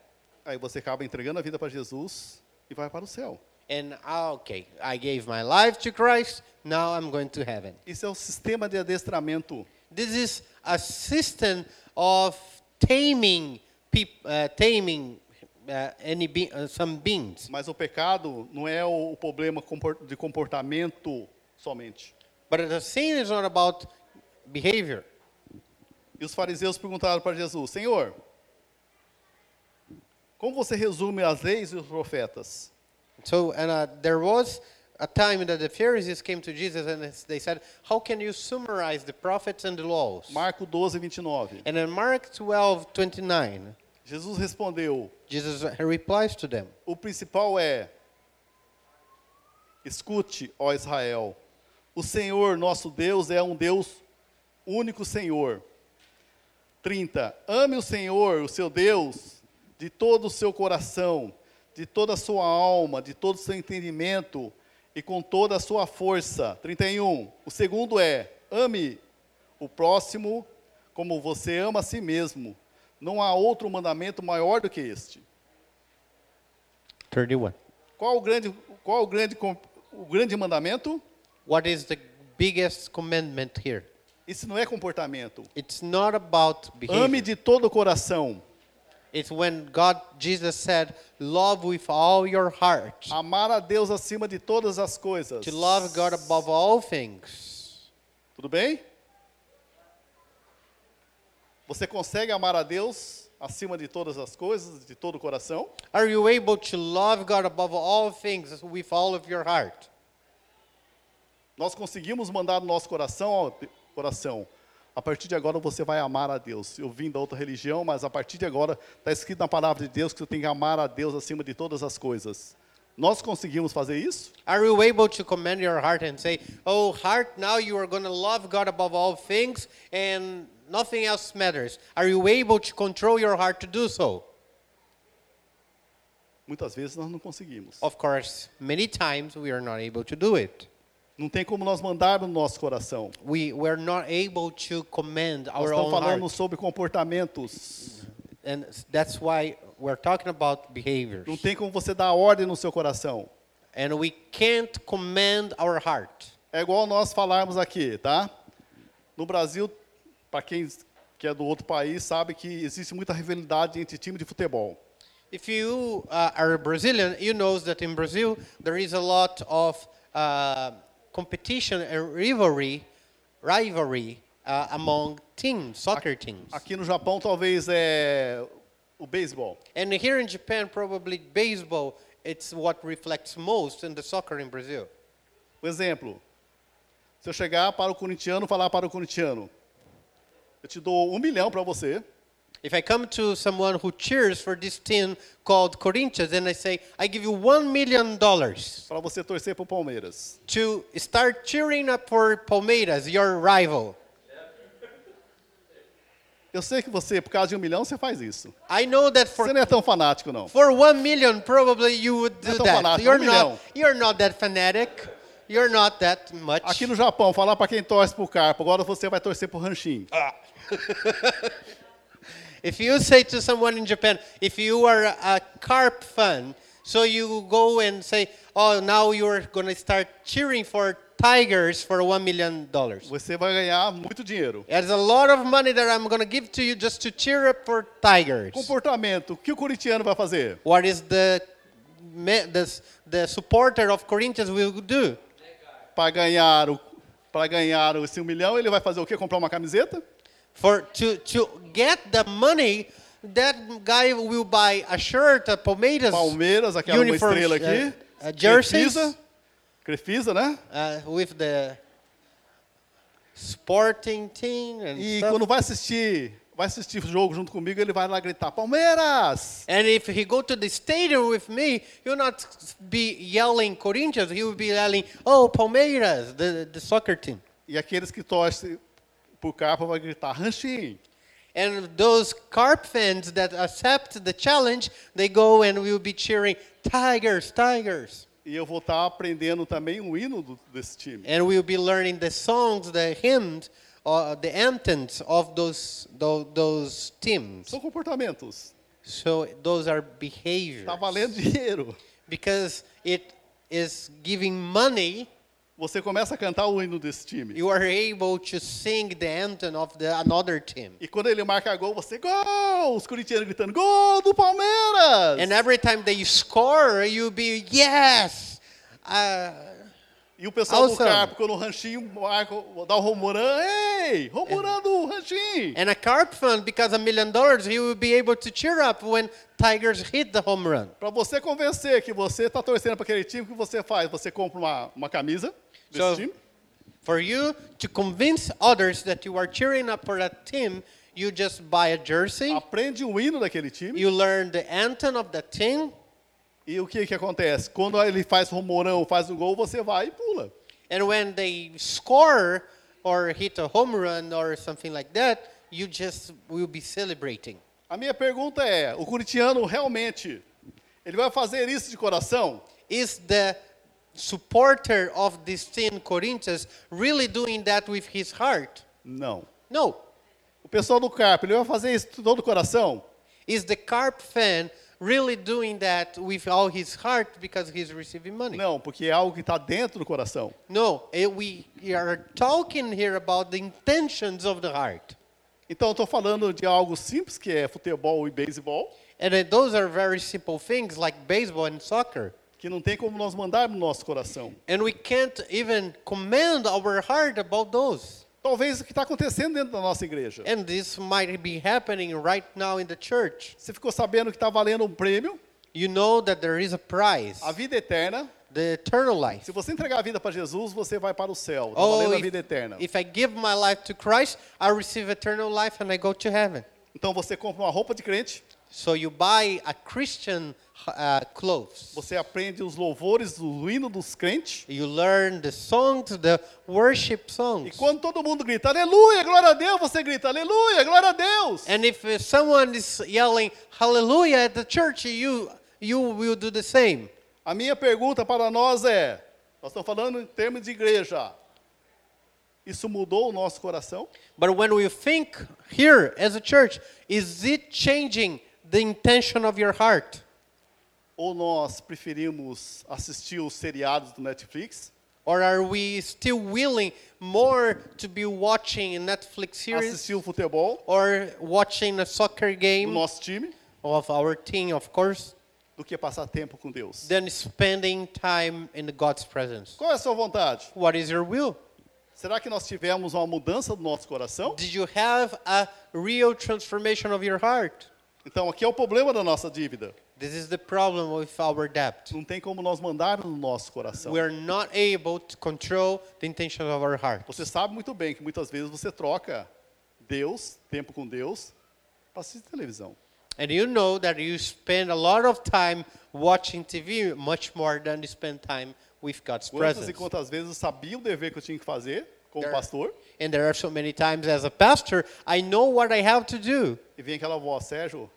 Speaker 2: Aí você acaba entregando a vida para Jesus e vai para o céu.
Speaker 1: And ah, okay, I gave my life to Christ, now I'm going to heaven.
Speaker 2: Isso é o sistema de adestramento.
Speaker 1: This is a system of taming peop- uh, taming uh, any be- uh, some beings.
Speaker 2: Mas o pecado não é o o problema compor- de comportamento somente.
Speaker 1: But the sin is not about behavior.
Speaker 2: E os fariseus perguntaram para Jesus: Senhor, como você resume as leis e os profetas?
Speaker 1: So, and uh, there was a time that the Pharisees came to Jesus and they said, "How can you summarize the prophets and the laws?"
Speaker 2: Marco 12, 29.
Speaker 1: And in Mark 12:29,
Speaker 2: Jesus respondeu:
Speaker 1: Jesus replies to them.
Speaker 2: O principal é: Escute, ó Israel, o Senhor nosso Deus é um Deus único Senhor. 30. Ame o Senhor, o seu Deus, de todo o seu coração, de toda a sua alma, de todo o seu entendimento e com toda a sua força. 31. O segundo é: ame o próximo como você ama a si mesmo. Não há outro mandamento maior do que este.
Speaker 1: 31.
Speaker 2: Qual o grande, qual o grande, com- o grande mandamento?
Speaker 1: What is the biggest commandment here?
Speaker 2: Isso não é comportamento.
Speaker 1: It's not about behavior.
Speaker 2: Ame de todo o coração.
Speaker 1: It's when God, Jesus said, love with all your heart.
Speaker 2: Amar a Deus acima de todas as coisas.
Speaker 1: To love God above all things.
Speaker 2: Tudo bem? Você consegue amar a Deus acima de todas as coisas, de todo o coração?
Speaker 1: Are you able to love God above all things with all of your heart?
Speaker 2: Nós conseguimos mandar no nosso coração, ó, de- coração. A partir de agora você vai amar a Deus. Eu vim da outra religião, mas a partir de agora está escrito na palavra de Deus que você tem que amar a Deus acima de todas as coisas. Nós conseguimos fazer isso?
Speaker 1: Are you able to command your heart and say, Oh, heart, now you are going to love God above all things and nothing else matters? Are you able to control your heart to do so?
Speaker 2: Muitas vezes nós não conseguimos.
Speaker 1: Of course, many times we are not able to do it.
Speaker 2: Não tem como nós mandar no nosso coração.
Speaker 1: We were not able to command
Speaker 2: Nós
Speaker 1: our
Speaker 2: estamos
Speaker 1: own heart.
Speaker 2: falando sobre comportamentos.
Speaker 1: And that's why we're talking about behaviors.
Speaker 2: Não tem como você dar ordem no seu coração.
Speaker 1: And we can't command our heart.
Speaker 2: É igual nós falarmos aqui, tá? No Brasil, para quem que é do outro país, sabe que existe muita rivalidade entre time de futebol.
Speaker 1: If you uh, are Brazilian, you know that in Brazil there is a lot of uh, competition and rivalry, rivalry uh, among teams, soccer teams.
Speaker 2: Aqui no Japão, talvez é o beisebol.
Speaker 1: And here in Japan, probably baseball it's what reflects most in the soccer in Brazil.
Speaker 2: Um exemplo. Se eu chegar para o corintiano falar para o corintiano, eu te dou um milhão para você,
Speaker 1: If I come to someone who cheers for this team called Corinthians and I say, I give you one million dollars
Speaker 2: para você torcer para o Palmeiras.
Speaker 1: to start cheering up for Palmeiras, your rival.
Speaker 2: Eu sei que você, por causa de um milhão, você faz isso.
Speaker 1: I know that for
Speaker 2: Você não é tão fanático, não.
Speaker 1: For one million, probably you would do
Speaker 2: Não tô
Speaker 1: that.
Speaker 2: falando,
Speaker 1: You're
Speaker 2: um
Speaker 1: not,
Speaker 2: milhão.
Speaker 1: you're not that fanatic. You're not that much.
Speaker 2: Aqui no Japão, falar para quem torce para o Carpo, agora você vai torcer para o Ranchinho.
Speaker 1: If you say to someone in Japan, if you are a carp fan, so you go and say, oh, now you're going to start cheering for tigers for one million dollars.
Speaker 2: Você vai ganhar muito dinheiro.
Speaker 1: There's a lot of money that I'm going to give to you just to cheer up for tigers.
Speaker 2: Comportamento, o que o corintiano vai fazer?
Speaker 1: What is the, me- the, s- the supporter of Corinthians will do?
Speaker 2: Para ganhar o para ganhar esse um milhão, ele vai fazer o quê? Comprar uma camiseta?
Speaker 1: For to to get the money, that guy will buy a shirt, a Palmeiras,
Speaker 2: Palmeiras, aquela uma
Speaker 1: Uniforms,
Speaker 2: estrela
Speaker 1: eh,
Speaker 2: aqui.
Speaker 1: eh, jerseys.
Speaker 2: Crefisa. Crefisa, né?
Speaker 1: uh, with the sporting team and
Speaker 2: E
Speaker 1: stuff.
Speaker 2: quando vai assistir, vai assistir o jogo junto comigo, ele vai lá gritar: Palmeiras!
Speaker 1: And if he go to the stadium with me, he'll not be yelling Corinthians. He will be yelling, "Oh, Palmeiras, the the soccer team."
Speaker 2: E aqueles que torcem pro Capa vai gritar: Ranchinho!
Speaker 1: And those carp fans that accept the challenge, they go and will be cheering Tigers, Tigers.
Speaker 2: E eu vou estar aprendendo também o hino do- desse time.
Speaker 1: and we'll be learning the songs, the hymns, or the anthems of those those, those teams.
Speaker 2: São comportamentos.
Speaker 1: So those are
Speaker 2: Tá
Speaker 1: behaviors
Speaker 2: valendo dinheiro.
Speaker 1: because it is giving money.
Speaker 2: Você começa a cantar o hino desse time.
Speaker 1: You are able to sing the anthem of the another team,
Speaker 2: E quando ele marca gol, você gol! Os corintianos gritando gol do Palmeiras!
Speaker 1: and every time they score, you'll be yes. Uh,
Speaker 2: E o pessoal
Speaker 1: Awesome.
Speaker 2: do Carpo, quando o Ranchinho marca, dá o Romorã, ei! Romorã do Ranchinho!
Speaker 1: and a carp fan because a million dollars, he will be able to cheer up when Tigers hit the home run.
Speaker 2: Pra você convencer que você tá torcendo pra aquele time, o que você faz? Você compra uma, uma camisa desse
Speaker 1: So,
Speaker 2: time,
Speaker 1: for you to convince others that you are cheering up for that team, you just buy a jersey,
Speaker 2: aprende o hino daquele time,
Speaker 1: you learn the anthem of the team,
Speaker 2: e o que que acontece? Quando ele faz Romorão, faz um gol, você vai e pula.
Speaker 1: and when they score or hit a home run or something like that, you just will be celebrating.
Speaker 2: A minha pergunta é, o corintiano realmente, ele vai fazer isso de coração?
Speaker 1: Is the supporter of this team, Corinthians, really doing that with his heart?
Speaker 2: Não.
Speaker 1: No.
Speaker 2: O pessoal do Carpo, ele vai fazer isso de todo o coração?
Speaker 1: Is the Carp fan really doing that with all his heart because he's receiving money?
Speaker 2: Não, porque é algo que está dentro do coração.
Speaker 1: No, eh, we are talking here about the intentions of the heart.
Speaker 2: Então, eu estou falando de algo simples, que é futebol e beisebol,
Speaker 1: And eh, those are very simple things like baseball and soccer.
Speaker 2: que não tem como nós mandarmos no nosso coração.
Speaker 1: And we can't even command our heart about those.
Speaker 2: Talvez o que está acontecendo dentro da nossa igreja.
Speaker 1: And this might be happening right now in the church.
Speaker 2: Você ficou sabendo que está valendo um prêmio,
Speaker 1: You know that there is a prize,
Speaker 2: a vida eterna.
Speaker 1: the eternal life.
Speaker 2: Se você entregar a vida para Jesus, você vai para o céu. Está
Speaker 1: Oh,
Speaker 2: valendo a
Speaker 1: if,
Speaker 2: vida eterna.
Speaker 1: if I give my life to Christ, I receive eternal life and I go to heaven.
Speaker 2: Então, você compra uma roupa de crente,
Speaker 1: So you buy a Christian uh, clothes.
Speaker 2: você aprende os louvores, o hino dos crentes.
Speaker 1: You learn the songs, the worship
Speaker 2: E
Speaker 1: songs.
Speaker 2: quando todo mundo grita, aleluia, glória a Deus, você grita, aleluia, glória a Deus.
Speaker 1: And if uh, someone is yelling hallelujah at the church, you you will do the same.
Speaker 2: A minha pergunta para nós é: nós estamos falando em termos de igreja. Isso mudou o nosso coração?
Speaker 1: But when we think here as a church, is it changing the intention of your heart?
Speaker 2: Ou nós preferimos assistir os seriados do Netflix,
Speaker 1: Or are we still willing more to be watching a Netflix series
Speaker 2: assistir o futebol
Speaker 1: or watching a soccer
Speaker 2: do
Speaker 1: game
Speaker 2: nosso time?
Speaker 1: of our team, of course,
Speaker 2: do que passar tempo com Deus.
Speaker 1: than spending time in God's presence.
Speaker 2: Qual é a sua vontade?
Speaker 1: What is your will?
Speaker 2: Será que nós tivemos uma mudança do nosso coração?
Speaker 1: Did you have a real transformation of your heart?
Speaker 2: Então, aqui é o problema da nossa dívida.
Speaker 1: This is the problem with our debt.
Speaker 2: Não tem como nós mandarmos no nosso coração.
Speaker 1: We are not able to control the intentions of our heart.
Speaker 2: Você sabe muito bem que muitas vezes você troca Deus, tempo com Deus, para assistir televisão.
Speaker 1: And you know that you spend a lot of time watching TV much more than you spend time with God's
Speaker 2: Quantas e
Speaker 1: presence.
Speaker 2: quantas vezes eu sabia o dever que eu tinha que fazer como
Speaker 1: There-
Speaker 2: pastor,
Speaker 1: And there are so many times as a pastor, I know what I have to do.
Speaker 2: e vem aquela voz, Sérgio,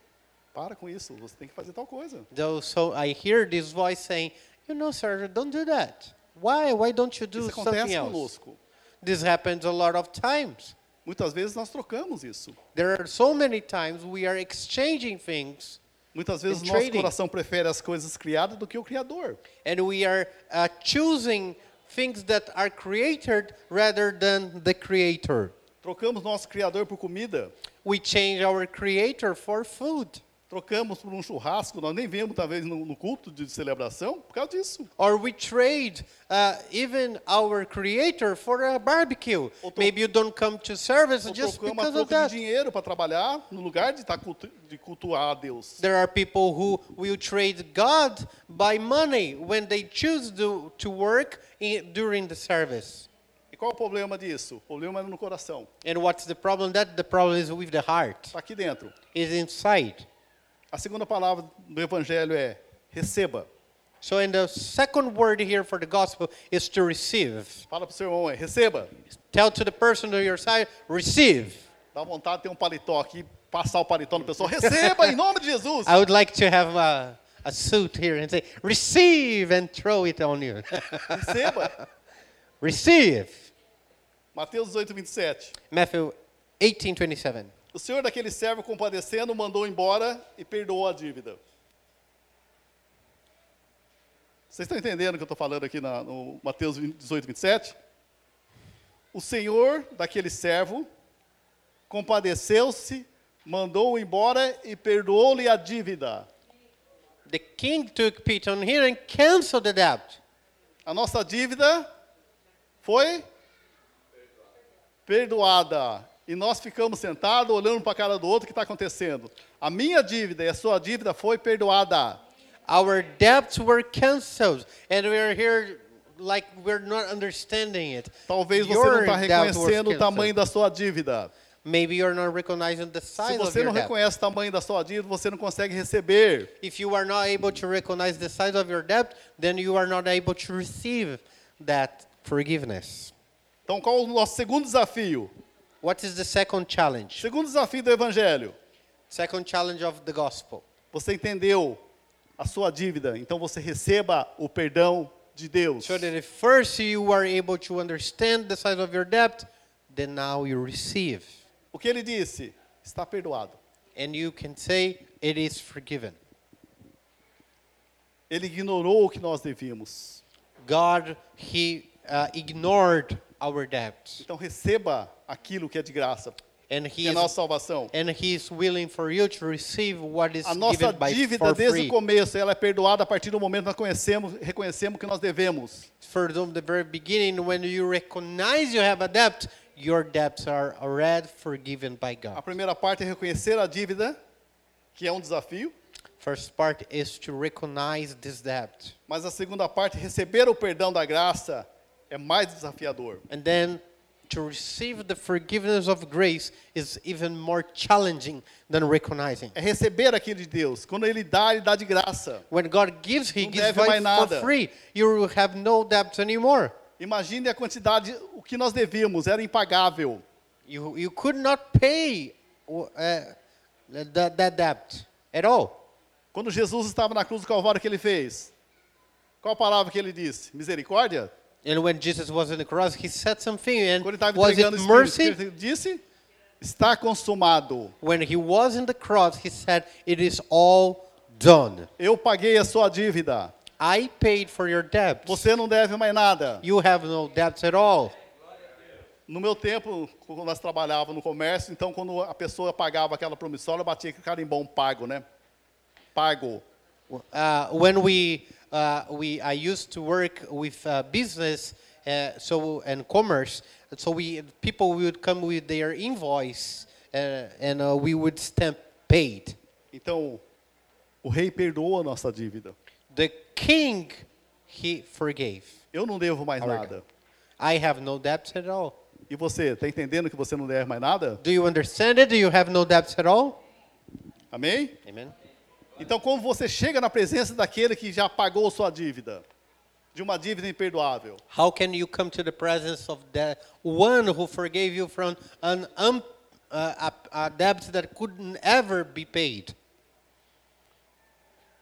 Speaker 2: para com isso, você tem que fazer tal coisa.
Speaker 1: Though, so I hear this voice saying, "You know, Sergio, don't do that. Why? Why don't you do
Speaker 2: Isso
Speaker 1: something
Speaker 2: acontece
Speaker 1: else?"
Speaker 2: conosco.
Speaker 1: This happens a lot of times.
Speaker 2: Muitas vezes nós trocamos isso.
Speaker 1: There are so many times we are exchanging things,
Speaker 2: Muitas vezes
Speaker 1: And
Speaker 2: nosso
Speaker 1: trading.
Speaker 2: coração prefere as coisas criadas do que o Criador.
Speaker 1: and we are uh, choosing things that are created rather than the creator.
Speaker 2: Trocamos nosso Criador por comida,
Speaker 1: We change our creator for food,
Speaker 2: trocamos por um churrasco, nós nem vemos talvez no, no culto de celebração por causa disso.
Speaker 1: or we trade uh, even our creator for a barbecue.
Speaker 2: Ou tro-
Speaker 1: Maybe you don't come to service
Speaker 2: Ou
Speaker 1: just
Speaker 2: trocamos a
Speaker 1: because of
Speaker 2: troca
Speaker 1: that.
Speaker 2: de dinheiro para trabalhar no lugar de, tá cultu de cultuar a Deus.
Speaker 1: There are people who will trade God by money when they choose to, to work in, during the service.
Speaker 2: E qual é o problema disso? O problema é no coração,
Speaker 1: And what's the problem? That the problem is with the heart,
Speaker 2: está aqui dentro.
Speaker 1: is inside.
Speaker 2: A segunda palavra do Evangelho é receba.
Speaker 1: So, in the second word here for the gospel is to receive.
Speaker 2: Fala para o seu irmão, é receba.
Speaker 1: Tell to the person on your side, receive.
Speaker 2: Dá vontade de ter um paletó aqui, passar o paletó no pessoal. Receba em nome de Jesus.
Speaker 1: I would like to have a, a suit here and say, receive, and throw it on you.
Speaker 2: Receba.
Speaker 1: receive.
Speaker 2: Mateus 18, 27.
Speaker 1: Matthew 18 27.
Speaker 2: O senhor daquele servo compadecendo mandou embora e perdoou a dívida. Vocês estão entendendo o que eu estou falando aqui na- no Mateus 20, 18, 27? O senhor daquele servo compadeceu-se, mandou-o embora e perdoou-lhe a dívida.
Speaker 1: The king took pity on him and canceled the debt.
Speaker 2: A nossa dívida foi perdoada. E nós ficamos sentados olhando para a cara do outro o que está acontecendo. A minha dívida e a sua dívida foi perdoada.
Speaker 1: Our debts were canceled, and we are here like we're not understanding it.
Speaker 2: Talvez você
Speaker 1: Your
Speaker 2: não está
Speaker 1: debt was
Speaker 2: reconhecendo o
Speaker 1: canceled.
Speaker 2: tamanho da sua dívida.
Speaker 1: Maybe you're not recognizing the
Speaker 2: Se
Speaker 1: size of
Speaker 2: você
Speaker 1: your
Speaker 2: não
Speaker 1: debt.
Speaker 2: reconhece o tamanho da sua dívida, você não consegue receber.
Speaker 1: If you are not able to recognize the size of your debt, then you are not able to receive that forgiveness.
Speaker 2: Então, qual é o nosso segundo desafio?
Speaker 1: What is the second challenge?
Speaker 2: Segundo desafio do Evangelho.
Speaker 1: Second challenge of the gospel.
Speaker 2: Você entendeu a sua dívida, então você receba o perdão de Deus.
Speaker 1: So that if first you are able to understand the size of your debt, then now you receive.
Speaker 2: O que ele disse? Está perdoado.
Speaker 1: And you can say it is forgiven.
Speaker 2: Ele ignorou o que nós devíamos.
Speaker 1: God, He uh, ignored our debts,
Speaker 2: Então receba aquilo que é de graça,
Speaker 1: and
Speaker 2: que
Speaker 1: He
Speaker 2: é a nossa
Speaker 1: is,
Speaker 2: salvação.
Speaker 1: and He is willing for you to receive what is
Speaker 2: A nossa
Speaker 1: given by
Speaker 2: dívida
Speaker 1: for
Speaker 2: desde
Speaker 1: free.
Speaker 2: o começo, ela é perdoada a partir do momento que nós conhecemos, reconhecemos que nós devemos.
Speaker 1: For from the very beginning, when you recognize you have a debt, your debts are already forgiven by
Speaker 2: A
Speaker 1: God.
Speaker 2: primeira parte é reconhecer a dívida, que é um desafio,
Speaker 1: First part is to recognize this debt,
Speaker 2: mas a segunda parte, receber o perdão da graça, é mais desafiador.
Speaker 1: and then to receive the forgiveness of grace is even more challenging than recognizing.
Speaker 2: É receber aquilo de Deus. Quando ele dá, ele dá de graça.
Speaker 1: When God gives, He
Speaker 2: Não
Speaker 1: gives
Speaker 2: deve mais
Speaker 1: for
Speaker 2: nada.
Speaker 1: free. You will have no debts anymore.
Speaker 2: Imagine a quantidade, o que nós devíamos, era impagável.
Speaker 1: You, you could not pay uh, that, that debt at all.
Speaker 2: Quando Jesus estava na cruz do Calvário, o que ele fez? Qual a palavra que ele disse? Misericórdia?
Speaker 1: And when Jesus was on the cross, he said something, and
Speaker 2: Quando ele estava
Speaker 1: was it
Speaker 2: entregando o Espírito, o
Speaker 1: mercy?
Speaker 2: que ele disse? Está consumado.
Speaker 1: When he was on the cross, he said, It is all done.
Speaker 2: Eu paguei a sua dívida.
Speaker 1: I paid for your debt.
Speaker 2: Você não deve mais nada.
Speaker 1: You have no debts at all.
Speaker 2: No meu tempo, quando nós trabalhávamos no comércio, então quando a pessoa pagava aquela promissória, batia aquele carimbão pago, né? pago.
Speaker 1: Uh, when we, uh, we I used to work with uh, business uh, so and commerce, so we people would come with their invoice uh, and uh, we would stamp paid.
Speaker 2: Então, o rei perdoou a nossa dívida.
Speaker 1: The king, he forgave.
Speaker 2: Eu não devo mais
Speaker 1: Our
Speaker 2: nada.
Speaker 1: God. I have no debts at all.
Speaker 2: E você, está entendendo que você não deve mais nada?
Speaker 1: Do you understand it? Do you have no debts at all?
Speaker 2: Amém?
Speaker 1: Amen.
Speaker 2: Então, como você chega na presença daquele que já pagou sua dívida? De uma dívida imperdoável.
Speaker 1: How can you come to the presence of the one who forgave you from an um, uh, a, a debt that couldn't ever be paid?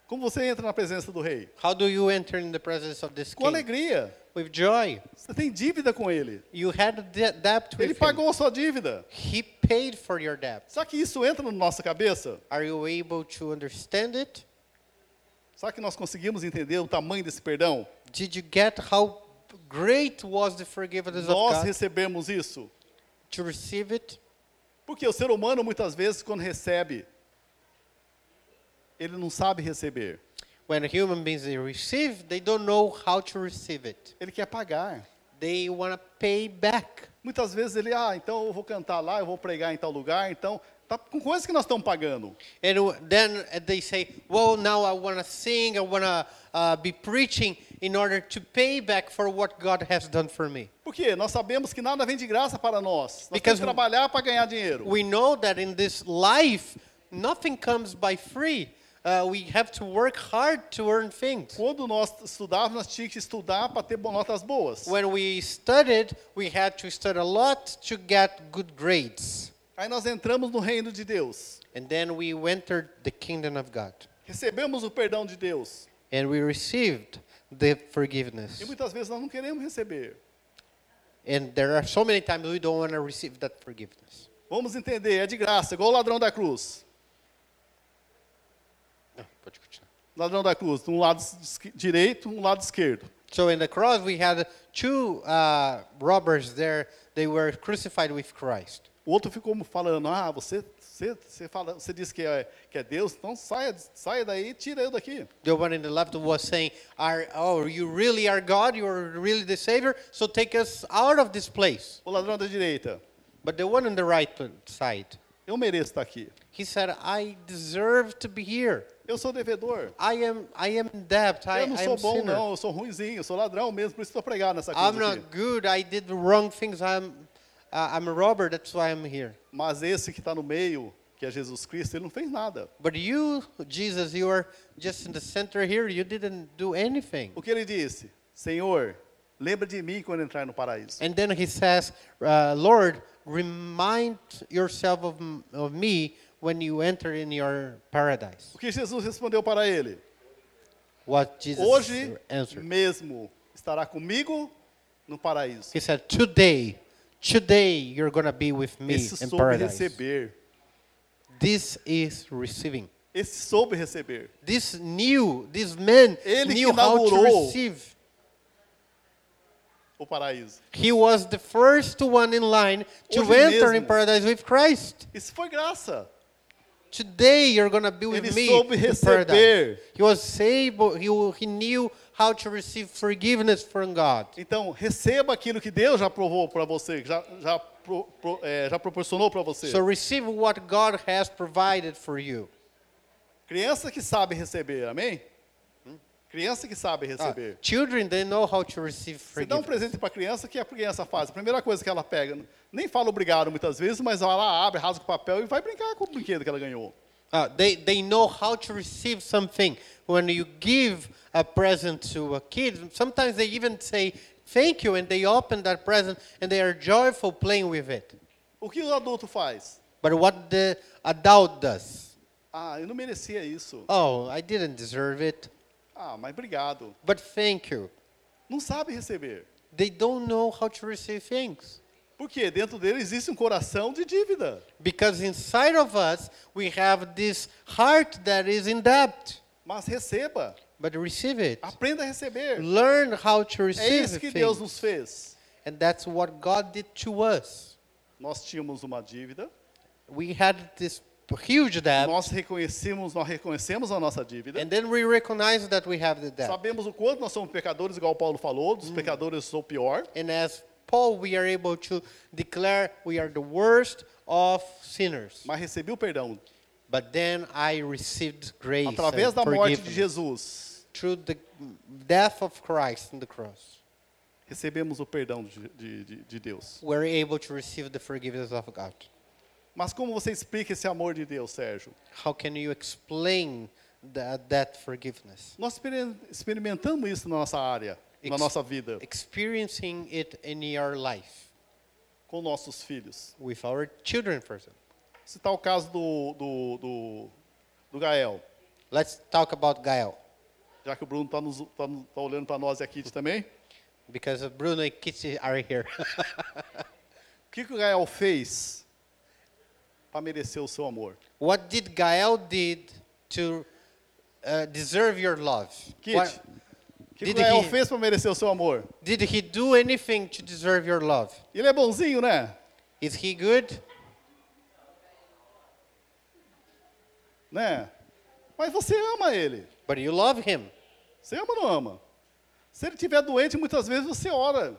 Speaker 2: Como você entra na presença do rei?
Speaker 1: How do you enter in the presence of this
Speaker 2: Com
Speaker 1: king?
Speaker 2: alegria.
Speaker 1: With joy.
Speaker 2: Você tem dívida com ele.
Speaker 1: You had a de- debt with
Speaker 2: Ele
Speaker 1: him.
Speaker 2: pagou a sua dívida.
Speaker 1: He paid for your debt.
Speaker 2: Será que isso entra na nossa cabeça?
Speaker 1: Are you able to understand it?
Speaker 2: Será que nós conseguimos entender o tamanho desse perdão?
Speaker 1: Did you get how great was the forgiveness of
Speaker 2: Nós
Speaker 1: God
Speaker 2: recebemos isso.
Speaker 1: to receive it?
Speaker 2: Porque o ser humano, muitas vezes, quando recebe, ele não sabe receber.
Speaker 1: When human beings they receive, they don't know how to receive it.
Speaker 2: Ele quer pagar.
Speaker 1: They want to pay back.
Speaker 2: Muitas vezes ele, ah, então eu vou cantar lá, eu vou pregar em tal lugar, então. Tá com coisas que nós estamos pagando.
Speaker 1: And w- then uh, they say, well, now I want to sing, I want to uh, be preaching in order to pay back for what God has done for me.
Speaker 2: Por quê? Nós sabemos que nada vem de graça para nós. Nós temos
Speaker 1: Because
Speaker 2: que trabalhar para ganhar dinheiro.
Speaker 1: We know that in this life, nothing comes by free. Uh, we have to work hard to earn things.
Speaker 2: Quando nós estudávamos, nós tínhamos que estudar para ter bo- notas boas.
Speaker 1: When we studied, we had to study a lot to get good grades.
Speaker 2: Aí nós entramos no reino de Deus.
Speaker 1: And then we entered the kingdom of God.
Speaker 2: Recebemos o perdão de Deus.
Speaker 1: And we received the
Speaker 2: E
Speaker 1: forgiveness.
Speaker 2: muitas vezes nós não queremos receber.
Speaker 1: And there are so many times we don't want to receive that forgiveness.
Speaker 2: Vamos entender, é de graça, igual o ladrão da cruz. Ladrão da cruz, de um lado esqui- direito, um lado esquerdo.
Speaker 1: So in the cross, we had two uh, robbers there. They were crucified with Christ.
Speaker 2: O outro ficou falando, ah, você, você, você, fala, você diz que é, que é Deus, então saia, saia daí e tira eu daqui.
Speaker 1: The one in the left was saying, are, Oh, you really are God? You are really the Savior? So take us out of this place.
Speaker 2: O ladrão da direita,
Speaker 1: But the one on the right side,
Speaker 2: eu mereço estar aqui.
Speaker 1: he said, I deserve to be here.
Speaker 2: Eu sou devedor.
Speaker 1: I am, I am in debt. I,
Speaker 2: Eu não
Speaker 1: I
Speaker 2: sou
Speaker 1: am
Speaker 2: bom,
Speaker 1: sinner.
Speaker 2: não. Eu sou ruinzinho, eu sou ladrão mesmo, por isso estou pregado nessa
Speaker 1: I'm
Speaker 2: cruz aqui.
Speaker 1: not good. I did wrong things. I'm, uh, I'm a robber. That's why I'm here.
Speaker 2: Mas esse que está no meio, que é Jesus Cristo, ele não fez nada.
Speaker 1: But you, Jesus, you are just in the center here. You didn't do anything.
Speaker 2: O que ele disse? Senhor, lembra de mim quando entrar no paraíso.
Speaker 1: And then he says, uh, Lord, remind yourself of, m- of me when you enter in your paradise.
Speaker 2: O que Jesus respondeu para ele?
Speaker 1: What Jesus
Speaker 2: Hoje
Speaker 1: answered.
Speaker 2: mesmo estará comigo no paraíso.
Speaker 1: He said, Today, today you're going to be with me
Speaker 2: Esse
Speaker 1: in
Speaker 2: soube
Speaker 1: paradise.
Speaker 2: receber.
Speaker 1: This is receiving.
Speaker 2: Esse soube receber.
Speaker 1: This knew, this man
Speaker 2: Ele que
Speaker 1: knew how to
Speaker 2: inaugurou.
Speaker 1: receive.
Speaker 2: O paraíso.
Speaker 1: He was the first one in line to
Speaker 2: Hoje
Speaker 1: enter in
Speaker 2: mesmo.
Speaker 1: paradise with Christ.
Speaker 2: Isso foi graça.
Speaker 1: Today you're gonna be with
Speaker 2: Ele
Speaker 1: me
Speaker 2: soube
Speaker 1: in
Speaker 2: receber.
Speaker 1: paradise. He was able. He he knew how to receive forgiveness from God.
Speaker 2: Então, receba aquilo que Deus já provou para você, que já, já, pro- pro- é, já proporcionou para você.
Speaker 1: So receive what God has provided for you.
Speaker 2: Criança que sabe receber, amém? Hum? Criança que sabe
Speaker 1: Ah,
Speaker 2: receber.
Speaker 1: children, they know how to receive
Speaker 2: Você dá um
Speaker 1: forgiveness.
Speaker 2: presente para a criança, o que a criança faz? A primeira coisa que ela pega, nem fala obrigado muitas vezes, mas ela abre, rasga o papel e vai brincar com o brinquedo que ela ganhou.
Speaker 1: Ah, they they know how to receive something. When you give a present to a kid, sometimes they even say thank you, and they open that present and they are joyful playing with it.
Speaker 2: O que o adulto faz?
Speaker 1: But what the adult does?
Speaker 2: Ah, eu não merecia isso.
Speaker 1: Oh, I didn't deserve it.
Speaker 2: Ah, mas obrigado.
Speaker 1: But thank you.
Speaker 2: Não sabe receber.
Speaker 1: They don't know how to receive things.
Speaker 2: Porque dentro dele existe um coração de dívida.
Speaker 1: Because inside of us, we have this heart that is in debt.
Speaker 2: Mas receba.
Speaker 1: But receive it.
Speaker 2: Aprenda a receber.
Speaker 1: Learn how to
Speaker 2: É
Speaker 1: receive
Speaker 2: isso que Deus
Speaker 1: things.
Speaker 2: nos fez.
Speaker 1: And that's what God did to us.
Speaker 2: Nós tínhamos uma dívida
Speaker 1: We had this huge debt,
Speaker 2: Nós reconhecemos, nós reconhecemos a nossa dívida.
Speaker 1: and then we recognize that we have the debt.
Speaker 2: Sabemos o quanto nós somos pecadores, igual Paulo falou, dos pecadores eu sou o pior.
Speaker 1: And as Paul, we are able to declare we are the worst of sinners.
Speaker 2: Mas recebi o perdão.
Speaker 1: But then I received grace and
Speaker 2: Através da morte de
Speaker 1: forgiveness.
Speaker 2: Jesus,
Speaker 1: through the death of Christ on the cross.
Speaker 2: recebemos o perdão de, de- de- de Deus.
Speaker 1: We're able to receive the forgiveness of God.
Speaker 2: Mas como você explica esse amor de Deus, Sérgio?
Speaker 1: How can you explain the, that forgiveness?
Speaker 2: Nós exper- experimentamos isso na nossa área, na
Speaker 1: Ex-
Speaker 2: nossa vida,
Speaker 1: Experiencing it in your life
Speaker 2: com nossos filhos.
Speaker 1: with our children, for example.
Speaker 2: Citar o caso do, do, do, do Gael,
Speaker 1: Let's talk about Gael,
Speaker 2: já que o Bruno está tá, nos- tá olhando para nós e a Kitty também.
Speaker 1: because Bruno and Kitty are here.
Speaker 2: O que, que o Gael fez para merecer o seu amor?
Speaker 1: what did Gael did to uh, deserve your love?
Speaker 2: Kit,
Speaker 1: What-
Speaker 2: o que, que o
Speaker 1: Did
Speaker 2: Gael
Speaker 1: he-
Speaker 2: fez para merecer o seu amor?
Speaker 1: did he do anything to deserve your love?
Speaker 2: Ele é bonzinho, né?
Speaker 1: Is he good?
Speaker 2: né? Mas você ama ele.
Speaker 1: But you love him.
Speaker 2: Você ama ou não ama? Se ele estiver doente, muitas vezes você ora.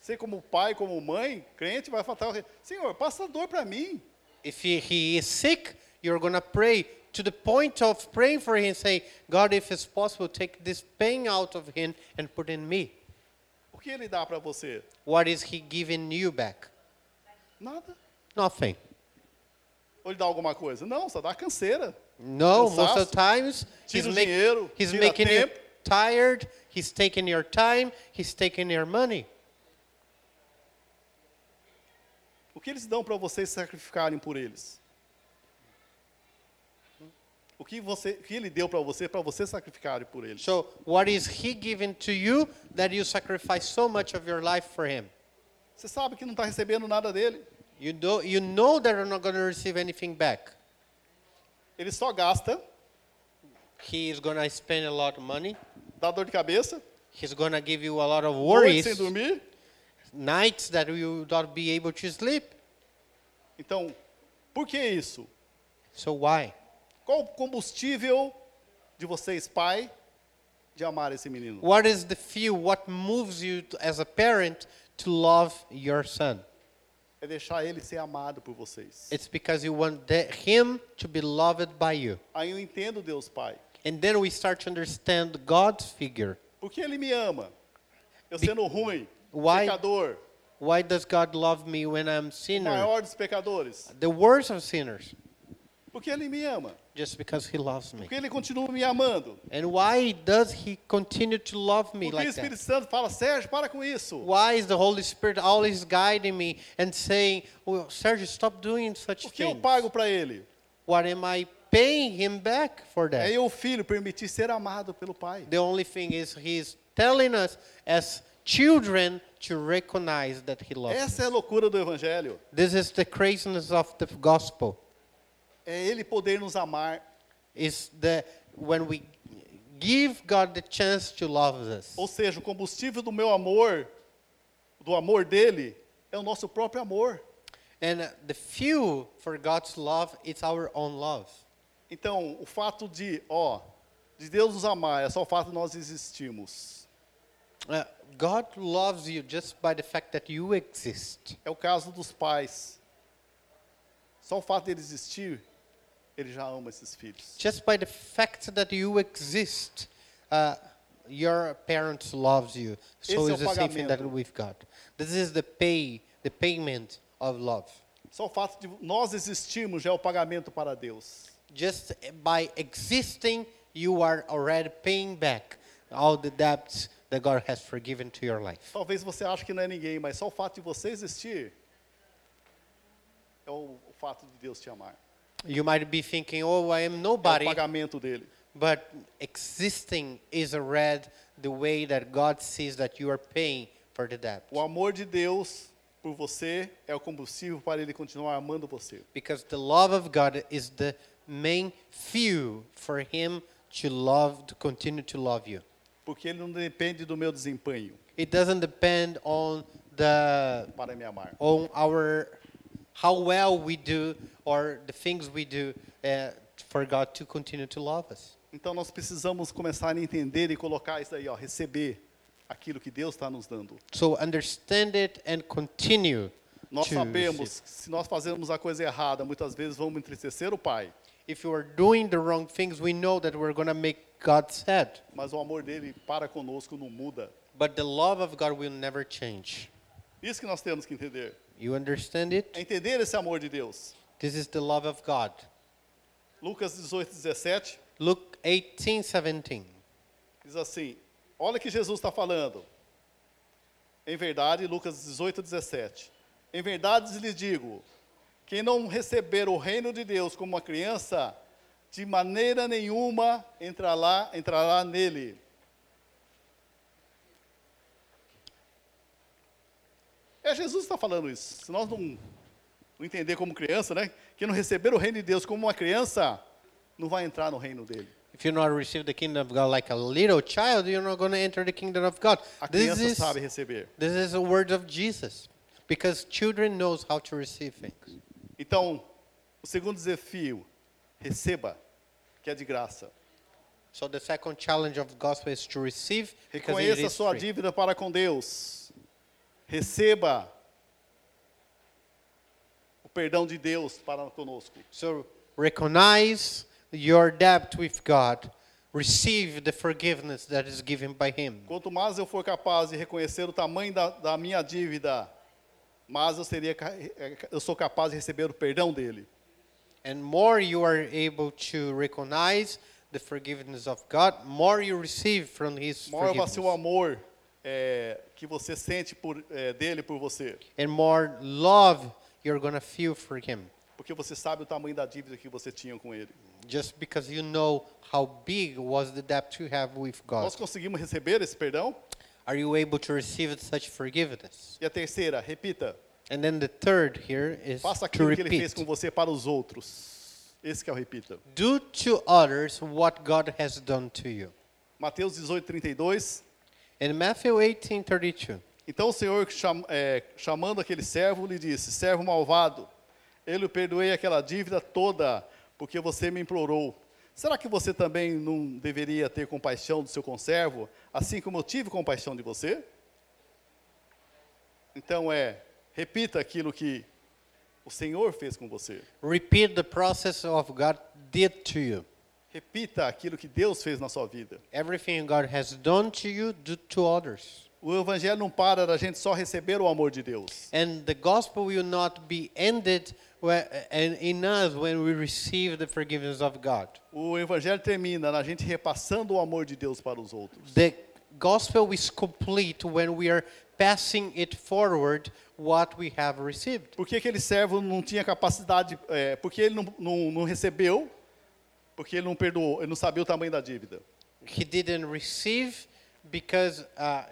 Speaker 2: Você, como pai, como mãe, crente, vai falar: Senhor, passa dor para mim.
Speaker 1: If he, he is sick, you're going to pray to the point of praying for him, saying, God, if it's possible, take this pain out of him and put in me.
Speaker 2: O que ele dá para você?
Speaker 1: What is he giving you back?
Speaker 2: Nada.
Speaker 1: Nothing.
Speaker 2: Ou ele dá alguma coisa? Não, só dá canseira.
Speaker 1: No,
Speaker 2: Cansaço,
Speaker 1: most of the times he's,
Speaker 2: tira o
Speaker 1: make-
Speaker 2: dinheiro,
Speaker 1: he's
Speaker 2: tira
Speaker 1: making you
Speaker 2: tempo.
Speaker 1: tired, he's taking your time, he's taking your money.
Speaker 2: O que eles dão para vocês sacrificarem por eles? O que, você, o que ele deu para você, para você sacrificarem por eles?
Speaker 1: So, what is he giving to you that you sacrifice so much of your life for him?
Speaker 2: Você sabe que não está recebendo nada dele.
Speaker 1: You, do, you know that you're not going to receive anything back.
Speaker 2: Ele só gasta,
Speaker 1: He is going to spend a lot of money.
Speaker 2: dá dor de cabeça,
Speaker 1: He's gonna give you a lot of
Speaker 2: noite
Speaker 1: worries,
Speaker 2: sem dormir.
Speaker 1: nights that you will not be able to sleep.
Speaker 2: Então, por que isso?
Speaker 1: So why?
Speaker 2: Qual o combustível de vocês, pai, de amar esse menino?
Speaker 1: What is the fuel? What moves you to, as a parent to love your son?
Speaker 2: É deixar ele ser amado por vocês.
Speaker 1: It's because you want the, him to be loved by you.
Speaker 2: Aí eu entendo Deus, pai.
Speaker 1: And then we start to understand God's figure.
Speaker 2: Porque ele me ama. Eu sendo ruim,
Speaker 1: Why-
Speaker 2: pecador,
Speaker 1: Why does God love me when I'm
Speaker 2: o
Speaker 1: sinner?
Speaker 2: maior dos pecadores.
Speaker 1: The worst of sinners,
Speaker 2: Porque ele me ama.
Speaker 1: just because He loves me.
Speaker 2: Porque ele continua me amando.
Speaker 1: And why does He continue to love me
Speaker 2: Porque o
Speaker 1: like
Speaker 2: Espírito
Speaker 1: that?
Speaker 2: Santo fala, Sérgio, para com isso.
Speaker 1: Why is the Holy Spirit always guiding me and saying, well, Sergio, stop doing such
Speaker 2: O que eu
Speaker 1: things?
Speaker 2: pago para ele?
Speaker 1: What am I paying him back for that?
Speaker 2: É eu, filho, permitir ser amado pelo pai.
Speaker 1: The only thing is he's telling us as children to recognize that he loves. us.
Speaker 2: Essa é a loucura do evangelho.
Speaker 1: This is the craziness of the gospel.
Speaker 2: É ele poder nos amar
Speaker 1: Is the when we give God the chance to love us.
Speaker 2: Ou seja, o combustível do meu amor, do amor dele, é o nosso próprio amor.
Speaker 1: And uh, the fuel for God's love is our own love.
Speaker 2: Então, o fato de, ó, de Deus nos amar é só o fato de nós existirmos.
Speaker 1: Uh, God loves you just by the fact that you exist.
Speaker 2: É o caso dos pais. Só o fato de ele existir, ele já ama esses filhos.
Speaker 1: just by the fact that you exist, uh, your parents loves you. So
Speaker 2: Esse é
Speaker 1: it's
Speaker 2: o
Speaker 1: the same thing that
Speaker 2: pagamento.
Speaker 1: we've got. This is the pay, the payment of love.
Speaker 2: Só o fato de nós existirmos já é o pagamento para Deus.
Speaker 1: Just by existing, you are already paying back all the debts that God has forgiven to your life.
Speaker 2: Talvez você ache que não é ninguém, mas só o fato de você existir é o, o fato de Deus te amar.
Speaker 1: You might be thinking, "Oh, I am
Speaker 2: É o
Speaker 1: nobody,"
Speaker 2: pagamento dele.
Speaker 1: but existing is already the way that God sees that you are paying for the debt.
Speaker 2: O amor de Deus por você é o combustível para ele continuar amando você.
Speaker 1: Because the love of God is the main fuel for him to love, to continue to love you.
Speaker 2: Porque ele não depende do meu desempenho
Speaker 1: It doesn't depend on the
Speaker 2: para me amar.
Speaker 1: on our how well we do or the things we do uh, for God to continue to love us.
Speaker 2: Então nós precisamos começar a entender e colocar isso aí, ó, receber aquilo que Deus está nos dando.
Speaker 1: So understand it and continue.
Speaker 2: Nós
Speaker 1: to receive.
Speaker 2: sabemos que se nós fazemos a coisa errada, muitas vezes vamos entristecer o Pai,
Speaker 1: If you are doing the wrong things, we know that we're going to make God sad.
Speaker 2: mas o amor dele para conosco não muda.
Speaker 1: But the love of God will never change.
Speaker 2: Isso que nós temos que entender.
Speaker 1: You understand
Speaker 2: É
Speaker 1: it?
Speaker 2: entender esse amor de Deus.
Speaker 1: This is the love of God.
Speaker 2: Lucas 18, 17
Speaker 1: Luke 18, 17.
Speaker 2: diz assim: Olha o que Jesus está falando. Em verdade, Lucas 18, 17. Em verdade lhes digo: quem não receber o reino de Deus como uma criança, de maneira nenhuma entrará, entrará nele. É Jesus que está falando isso. Se nós não, não entender como criança, né? Quem não receber o reino de Deus como uma criança, não vai entrar no reino dele.
Speaker 1: If you not receive the kingdom of God like a little child, you're not going to enter the kingdom of God.
Speaker 2: A
Speaker 1: This
Speaker 2: criança
Speaker 1: is,
Speaker 2: sabe receber.
Speaker 1: this is a word of Jesus. Because children knows how to receive things.
Speaker 2: Então, o segundo desafio, receba, que é de graça.
Speaker 1: So the second challenge of gospel is to receive because it
Speaker 2: Reconheça
Speaker 1: is
Speaker 2: sua
Speaker 1: free.
Speaker 2: dívida para com Deus. Receba o perdão de Deus para conosco.
Speaker 1: So recognize your debt with God. Receive the forgiveness that is given by Him.
Speaker 2: Quanto mais eu for capaz de reconhecer o tamanho da, da minha dívida, mais eu, seria, ca- é, eu sou capaz de receber o perdão dele.
Speaker 1: And more you are able to recognize the forgiveness of God, more you receive from His
Speaker 2: Maior vai
Speaker 1: forgiveness.
Speaker 2: ser o amor é, que você sente por, é, dele por você,
Speaker 1: And more love you're going to feel for Him.
Speaker 2: porque você sabe o tamanho da dívida que você tinha com ele.
Speaker 1: Just because you know how big was the debt you have with God.
Speaker 2: Nós conseguimos receber esse perdão?
Speaker 1: Are you able to receive such forgiveness?
Speaker 2: E a terceira, repita.
Speaker 1: And then the third here is
Speaker 2: Faça
Speaker 1: to
Speaker 2: aquilo que ele fez
Speaker 1: repeat.
Speaker 2: com você para os outros. Esse que é o repita.
Speaker 1: Do to others what God has done to you.
Speaker 2: Mateus 18, 32.
Speaker 1: In Matthew 18 32,
Speaker 2: Então o Senhor, cham- é, chamando aquele servo, lhe disse: Servo malvado, eu lhe perdoei aquela dívida toda, porque você me implorou. Será que você também não deveria ter compaixão do seu conservo, assim como eu tive compaixão de você? Então é, repita aquilo que o Senhor fez com você.
Speaker 1: repeat the process of God did to you.
Speaker 2: Repita aquilo que Deus fez na sua vida.
Speaker 1: Everything God has done to you, do to others.
Speaker 2: O evangelho não para da gente só receber o amor de Deus.
Speaker 1: And the gospel will not be ended where, and in us when we receive the forgiveness of God.
Speaker 2: O evangelho termina na gente repassando o amor de Deus para os outros.
Speaker 1: The gospel is complete when we are passing it forward what we have received.
Speaker 2: Por que aquele servo não tinha capacidade? É, porque ele não, não, não recebeu, porque ele não perdoou, ele não sabia o tamanho da dívida.
Speaker 1: He didn't receive because uh,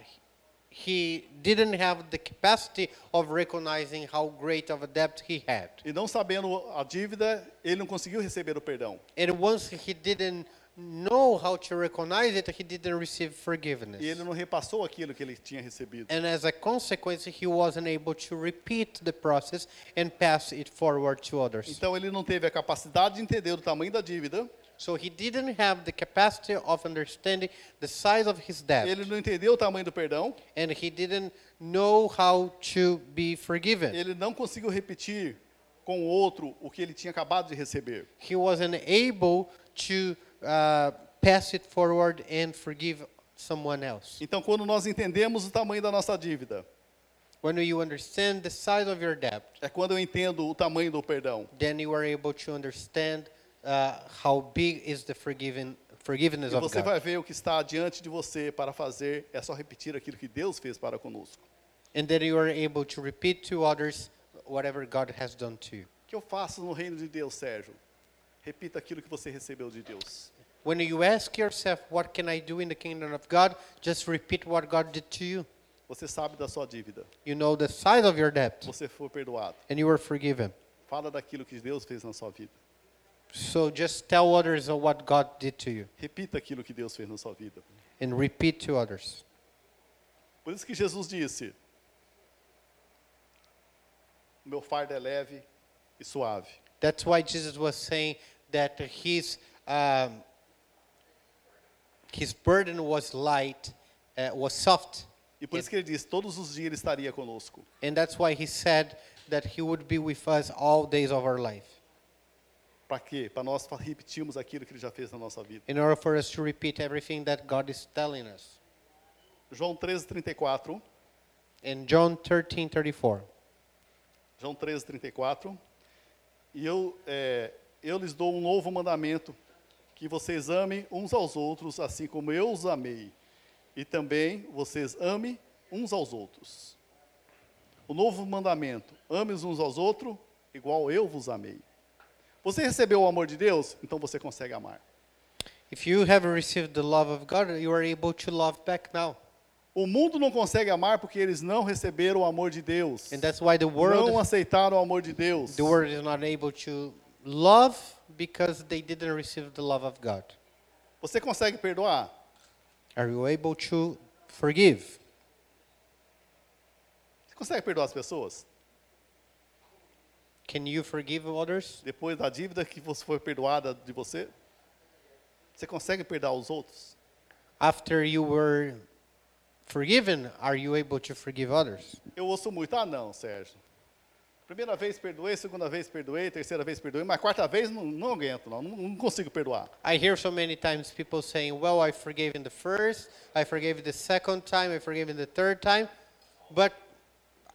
Speaker 1: he didn't have the capacity of recognizing how great of a debt he had.
Speaker 2: E não sabendo a dívida, ele não conseguiu receber o perdão.
Speaker 1: And once he didn't know how to recognize it, he didn't receive forgiveness.
Speaker 2: E ele não repassou aquilo que ele tinha recebido.
Speaker 1: And as a consequence, he wasn't able to repeat the process and pass it forward to others.
Speaker 2: Então ele não teve a capacidade de entender o tamanho da dívida,
Speaker 1: So he didn't have the capacity of understanding the size of his debt,
Speaker 2: ele não entendeu o tamanho do perdão,
Speaker 1: and he didn't know how to be forgiven.
Speaker 2: ele não conseguiu repetir com o outro o que ele tinha acabado de receber.
Speaker 1: He wasn't able to uh, pass it forward and forgive someone else.
Speaker 2: Então, quando nós entendemos o tamanho da nossa dívida,
Speaker 1: When you understand the size of your debt,
Speaker 2: é quando eu entendo o tamanho do perdão.
Speaker 1: then you are able to understand uh, how big is the forgiving, forgiveness
Speaker 2: E
Speaker 1: of
Speaker 2: você
Speaker 1: God.
Speaker 2: vai ver o que está diante de você para fazer, é só repetir aquilo que Deus fez para conosco.
Speaker 1: And then you are able to repeat to others whatever God has done to you.
Speaker 2: O que eu faço no reino de Deus, Sérgio? Repita aquilo que você recebeu de Deus.
Speaker 1: When you ask yourself, What can I do in the kingdom of God? just repeat what God did to you.
Speaker 2: Você sabe da sua dívida,
Speaker 1: You know the size of your debt,
Speaker 2: você foi perdoado.
Speaker 1: and you are forgiven.
Speaker 2: Fala daquilo que Deus fez na sua vida.
Speaker 1: So just tell others of what God did to you
Speaker 2: Repita aquilo que Deus fez na sua vida.
Speaker 1: and repeat to others.
Speaker 2: Por isso que Jesus disse: Meu fardo é leve e suave.
Speaker 1: That's why Jesus was saying that his um, his burden was light, uh, was soft,
Speaker 2: E por isso que ele diz: todos os dias ele estaria conosco.
Speaker 1: and that's why he said that he would be with us all days of our life.
Speaker 2: Para quê? Para nós fa- repetirmos aquilo que ele já fez na nossa vida.
Speaker 1: In order for us to repeat everything that God is telling us.
Speaker 2: João 13, 34.
Speaker 1: In John 13, 34.
Speaker 2: João 13, 34. E eu, é, eu lhes dou um novo mandamento: que vocês amem uns aos outros, assim como eu os amei. E também vocês amem uns aos outros. O novo mandamento: amem uns aos outros, igual eu vos amei. Você recebeu o amor de Deus? Então você consegue amar.
Speaker 1: If you have received the love of God, you are able to love back now.
Speaker 2: O mundo não consegue amar porque eles não receberam o amor de Deus.
Speaker 1: And that's why the
Speaker 2: Não
Speaker 1: world,
Speaker 2: aceitaram o amor de Deus.
Speaker 1: the world is not able to love because they didn't receive the love of God.
Speaker 2: Você consegue perdoar?
Speaker 1: Are you able to forgive?
Speaker 2: Você consegue perdoar as pessoas?
Speaker 1: Can you forgive others?
Speaker 2: Depois da dívida que você foi perdoada de você? Você consegue perdoar os outros?
Speaker 1: After you were forgiven, are you able to forgive others?
Speaker 2: Eu ouço muito, ah não, Sérgio. Primeira vez perdoei, segunda vez perdoei, terceira vez perdoei, mas quarta vez não, não aguento, não, não não consigo perdoar.
Speaker 1: I hear so many times people saying, Well, I forgave in the first, I forgave the second time, I forgave in the third time, but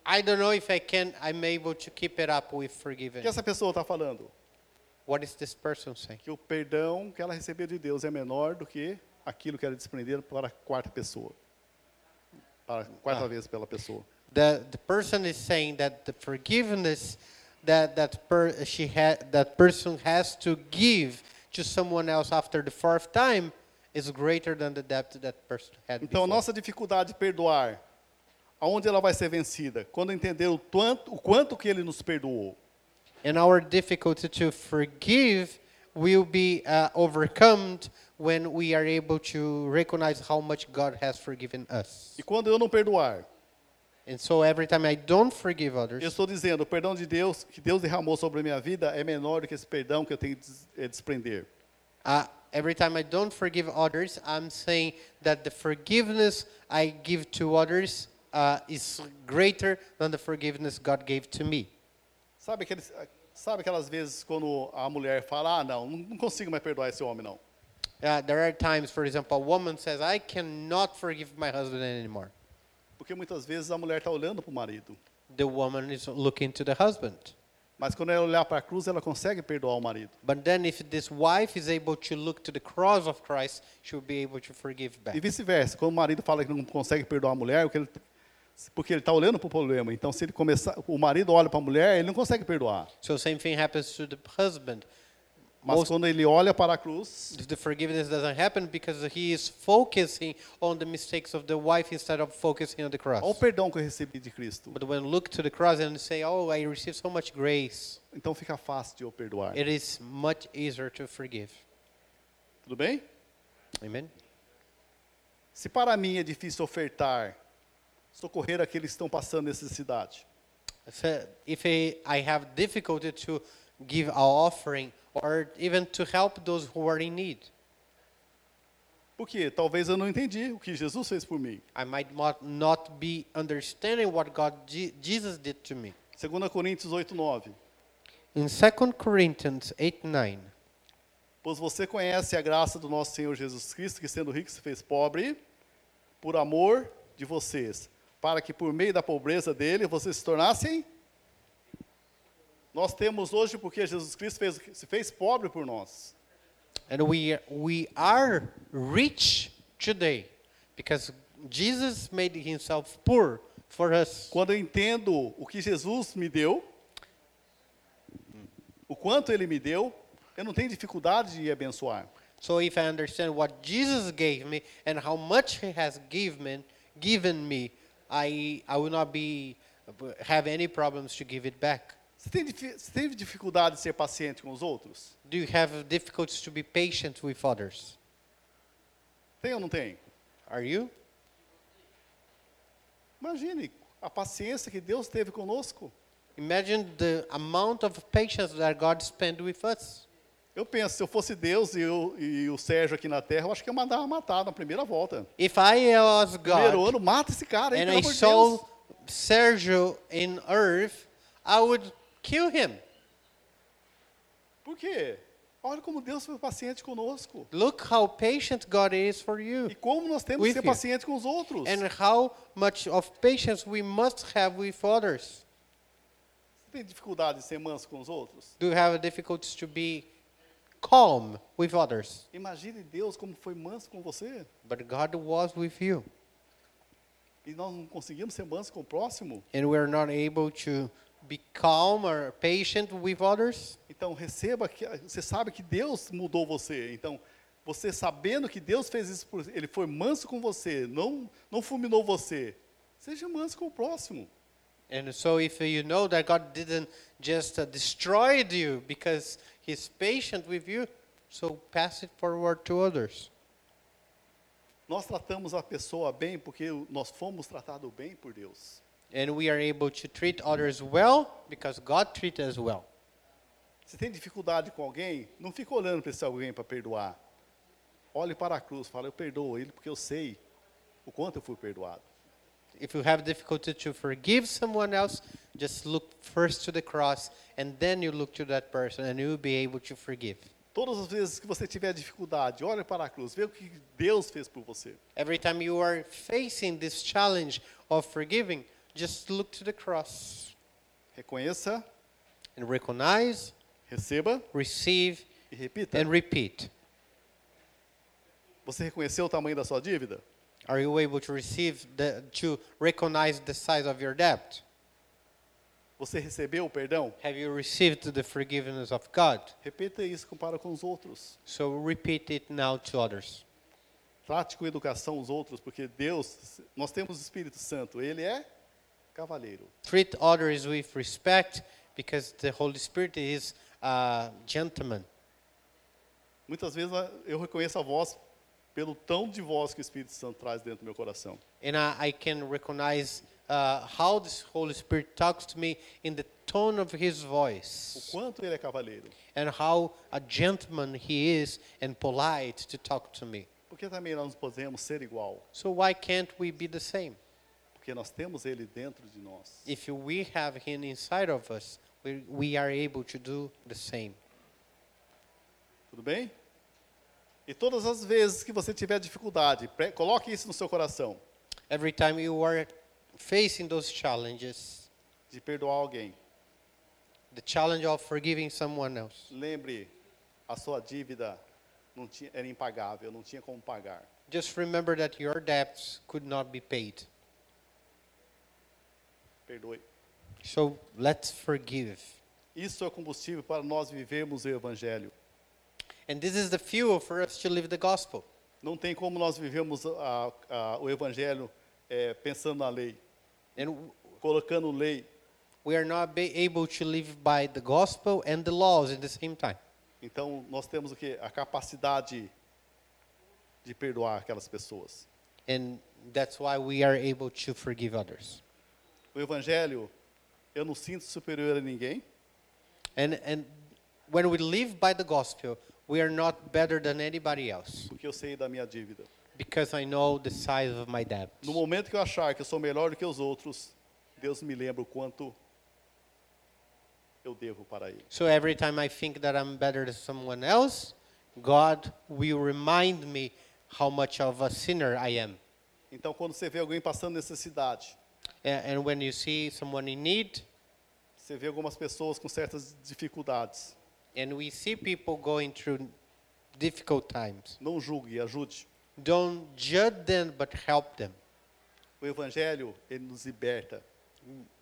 Speaker 1: I don't know if I can, I'm able to keep it up with
Speaker 2: O que
Speaker 1: forgiving.
Speaker 2: essa pessoa está falando?
Speaker 1: What is this person saying?
Speaker 2: Que o perdão que ela recebeu de Deus é menor do que aquilo que ela desprendeu para a quarta pessoa. Para a quarta vez pela pessoa.
Speaker 1: The, the person is saying that the forgiveness that, that, per, she ha, that person has to give to someone else after the fourth time is greater than the debt that person had
Speaker 2: Então,
Speaker 1: before.
Speaker 2: a nossa dificuldade de perdoar, aonde ela vai ser vencida? Quando entender o quanto, o quanto que ele nos perdoou.
Speaker 1: And our difficulty to forgive will be uh, overcome when we are able to recognize how much God has forgiven us.
Speaker 2: E quando eu não perdoar,
Speaker 1: And so every time I don't forgive
Speaker 2: eu
Speaker 1: others,
Speaker 2: estou dizendo, o perdão de Deus, que Deus derramou sobre a minha vida, é menor do que esse perdão que eu tenho que des- eh, desprender.
Speaker 1: uh, every time I don't forgive others, I'm saying that the forgiveness I give to others uh, is greater than the forgiveness God gave to me.
Speaker 2: Sabe, aqueles, ah, sabe aquelas vezes quando a mulher fala, ah, não, não não consigo mais perdoar esse homem, não.
Speaker 1: Uh, there are times, for example, a woman says, I cannot forgive my husband anymore.
Speaker 2: Porque muitas vezes a mulher está olhando para o marido.
Speaker 1: The woman is looking to the husband.
Speaker 2: Mas quando ela olhar para a cruz, ela consegue perdoar o marido.
Speaker 1: But then, if this wife is able to look to the cross of Christ, she will be able to forgive
Speaker 2: E
Speaker 1: back.
Speaker 2: vice-versa. Quando o marido fala que não consegue perdoar a mulher, o que ele- porque ele está olhando para o problema. Então, se ele começar, o marido olha para a mulher, ele não consegue perdoar.
Speaker 1: So, same thing happens to the husband.
Speaker 2: Mas
Speaker 1: Most
Speaker 2: quando ele olha para a cruz,
Speaker 1: the forgiveness doesn't happen because he is focusing on the mistakes of the wife instead of focusing on the
Speaker 2: olha o
Speaker 1: cross.
Speaker 2: perdão que eu recebi de Cristo.
Speaker 1: But when look to the cross and say, "Oh, I received so much grace,"
Speaker 2: Então fica fácil de eu perdoar.
Speaker 1: it is much easier to forgive.
Speaker 2: Tudo bem?
Speaker 1: Amen.
Speaker 2: Se para mim é difícil ofertar, socorrer aqueles que estão passando necessidade,
Speaker 1: So if I, I have difficulty to give an offering or even to help those who are in need.
Speaker 2: porque talvez eu não entendi o que Jesus fez por mim.
Speaker 1: I might not, not be understanding what God Je- Jesus did to me.
Speaker 2: 2 Coríntios 8, 9.
Speaker 1: In 2 Corinthians 8 9,
Speaker 2: Pois você conhece a graça do nosso Senhor Jesus Cristo, que sendo rico se fez pobre, por amor de vocês, para que por meio da pobreza dele vocês se tornassem. Nós temos hoje porque Jesus Cristo fez, se fez pobre por nós.
Speaker 1: and we, we are rich today because Jesus made himself poor for us.
Speaker 2: Quando eu entendo o que Jesus me deu, o quanto ele me deu, eu não tenho dificuldade de abençoar.
Speaker 1: So if I understand what Jesus gave me and how much he has given, given me, I, I will not be, have any problems to give it back.
Speaker 2: Você tem, difi- você teve dificuldade de ser paciente com os outros?
Speaker 1: Do you have difficulties to be patient with others?
Speaker 2: Tem ou não tem?
Speaker 1: Are you?
Speaker 2: Imagine a paciência que Deus teve conosco.
Speaker 1: Imagine the amount of patience that God spent with us.
Speaker 2: Eu penso, se eu fosse Deus e, eu- e o Sérgio aqui na Terra, eu acho que eu mandava matar na primeira volta.
Speaker 1: If I was
Speaker 2: Primeiro
Speaker 1: God
Speaker 2: ano, mata esse cara, hein,
Speaker 1: and
Speaker 2: pelo
Speaker 1: I
Speaker 2: amor de
Speaker 1: saw
Speaker 2: Deus.
Speaker 1: Sergio in earth, I would kill him.
Speaker 2: Por quê? Olha como Deus foi paciente conosco.
Speaker 1: Look how patient God is for you
Speaker 2: E como nós temos
Speaker 1: With
Speaker 2: que ser
Speaker 1: you.
Speaker 2: pacientes com os outros.
Speaker 1: and how much of patience we must have with others.
Speaker 2: Você tem dificuldade de ser manso com os outros?
Speaker 1: Do you have difficulties to be calm with others?
Speaker 2: Imagine Deus como foi manso com você.
Speaker 1: But God was with you,
Speaker 2: E nós não conseguimos ser manso com o próximo.
Speaker 1: and we are not able to be calm or patient with others.
Speaker 2: Então receba que você sabe que Deus mudou você. Então você sabendo que Deus fez isso, por, ele foi manso com você, não não fulminou você. Seja manso com o próximo.
Speaker 1: And so, if you know that God didn't just uh, destroy you because He's patient with you, so pass it forward to others.
Speaker 2: Nós tratamos a pessoa bem porque o- nós fomos tratados bem por Deus.
Speaker 1: And we are able to treat others well because God treats us well.
Speaker 2: Se tem dificuldade com alguém, não fica olhando para esse alguém para perdoar. Olhe para a cruz, fala eu perdoo ele porque eu sei o quanto eu fui perdoado.
Speaker 1: If you have difficulty to forgive someone else, just look first to the cross and then you look to that person and you'll be able to forgive.
Speaker 2: Todas as vezes que você tiver dificuldade, olhe para a cruz, vê o que Deus fez por você.
Speaker 1: Every time you are facing this challenge of forgiving, just look to the cross
Speaker 2: Reconheça,
Speaker 1: and recognize,
Speaker 2: receba
Speaker 1: receive,
Speaker 2: e repita.
Speaker 1: and repeat.
Speaker 2: Você reconheceu o tamanho da sua dívida?
Speaker 1: Are you able to receive the, to recognize the size of your debt?
Speaker 2: Você recebeu o perdão?
Speaker 1: Have you received the forgiveness of God?
Speaker 2: Repita isso e compara com os outros.
Speaker 1: So repeat it now to others.
Speaker 2: Trate com educação os outros, porque Deus, nós temos o Espírito Santo, ele é cavaleiro.
Speaker 1: Treat others with respect because the Holy Spirit is a gentleman.
Speaker 2: Muitas vezes ah, eu reconheço a voz pelo tão de voz que o Espírito Santo traz dentro do meu coração.
Speaker 1: And I, I can recognize uh, how this Holy Spirit talks to me in the tone of his
Speaker 2: O
Speaker 1: voice
Speaker 2: quanto ele é cavaleiro.
Speaker 1: and how a gentleman he is and polite to talk to me.
Speaker 2: Porque também nós não podemos ser igual,
Speaker 1: So why can't we be the same?
Speaker 2: porque nós temos ele dentro de nós.
Speaker 1: if we have him inside of us, we, we are able to do the same.
Speaker 2: Tudo bem? E todas as vezes que você tiver dificuldade, pre- coloque isso no seu coração,
Speaker 1: Every time you are facing those challenges,
Speaker 2: de perdoar alguém.
Speaker 1: the challenge of forgiving someone else,
Speaker 2: Lembre, a sua dívida não tinha, era impagável, não tinha como pagar.
Speaker 1: just remember that your debts could not be paid.
Speaker 2: Perdoe.
Speaker 1: So let's forgive.
Speaker 2: Isso é combustível para nós vivermos o evangelho.
Speaker 1: And this is the fuel for us to live the gospel.
Speaker 2: Não tem como nós vivermos a- a- o evangelho eh, pensando na lei,
Speaker 1: And w-
Speaker 2: colocando lei.
Speaker 1: we are not be able to live by the gospel and the laws at the same time.
Speaker 2: Então nós temos o que a capacidade de perdoar aquelas pessoas.
Speaker 1: And that's why we are able to forgive others.
Speaker 2: O evangelho, eu não sinto superior a ninguém.
Speaker 1: And, and when we live by the gospel, we are not better than anybody else
Speaker 2: porque eu sei da minha dívida.
Speaker 1: because I know the size of my debt.
Speaker 2: No momento que eu achar que eu sou melhor do que os outros, Deus me lembra o quanto eu devo para Ele.
Speaker 1: So every time I think that I'm better than someone else, God will remind me how much of a sinner I am.
Speaker 2: Então, quando você vê alguém passando necessidade,
Speaker 1: A- And when you see someone in need,
Speaker 2: você vê algumas pessoas com certas dificuldades,
Speaker 1: and we see people going through difficult times,
Speaker 2: não julgue, ajude.
Speaker 1: don't judge them but help them.
Speaker 2: O Evangelho, ele nos liberta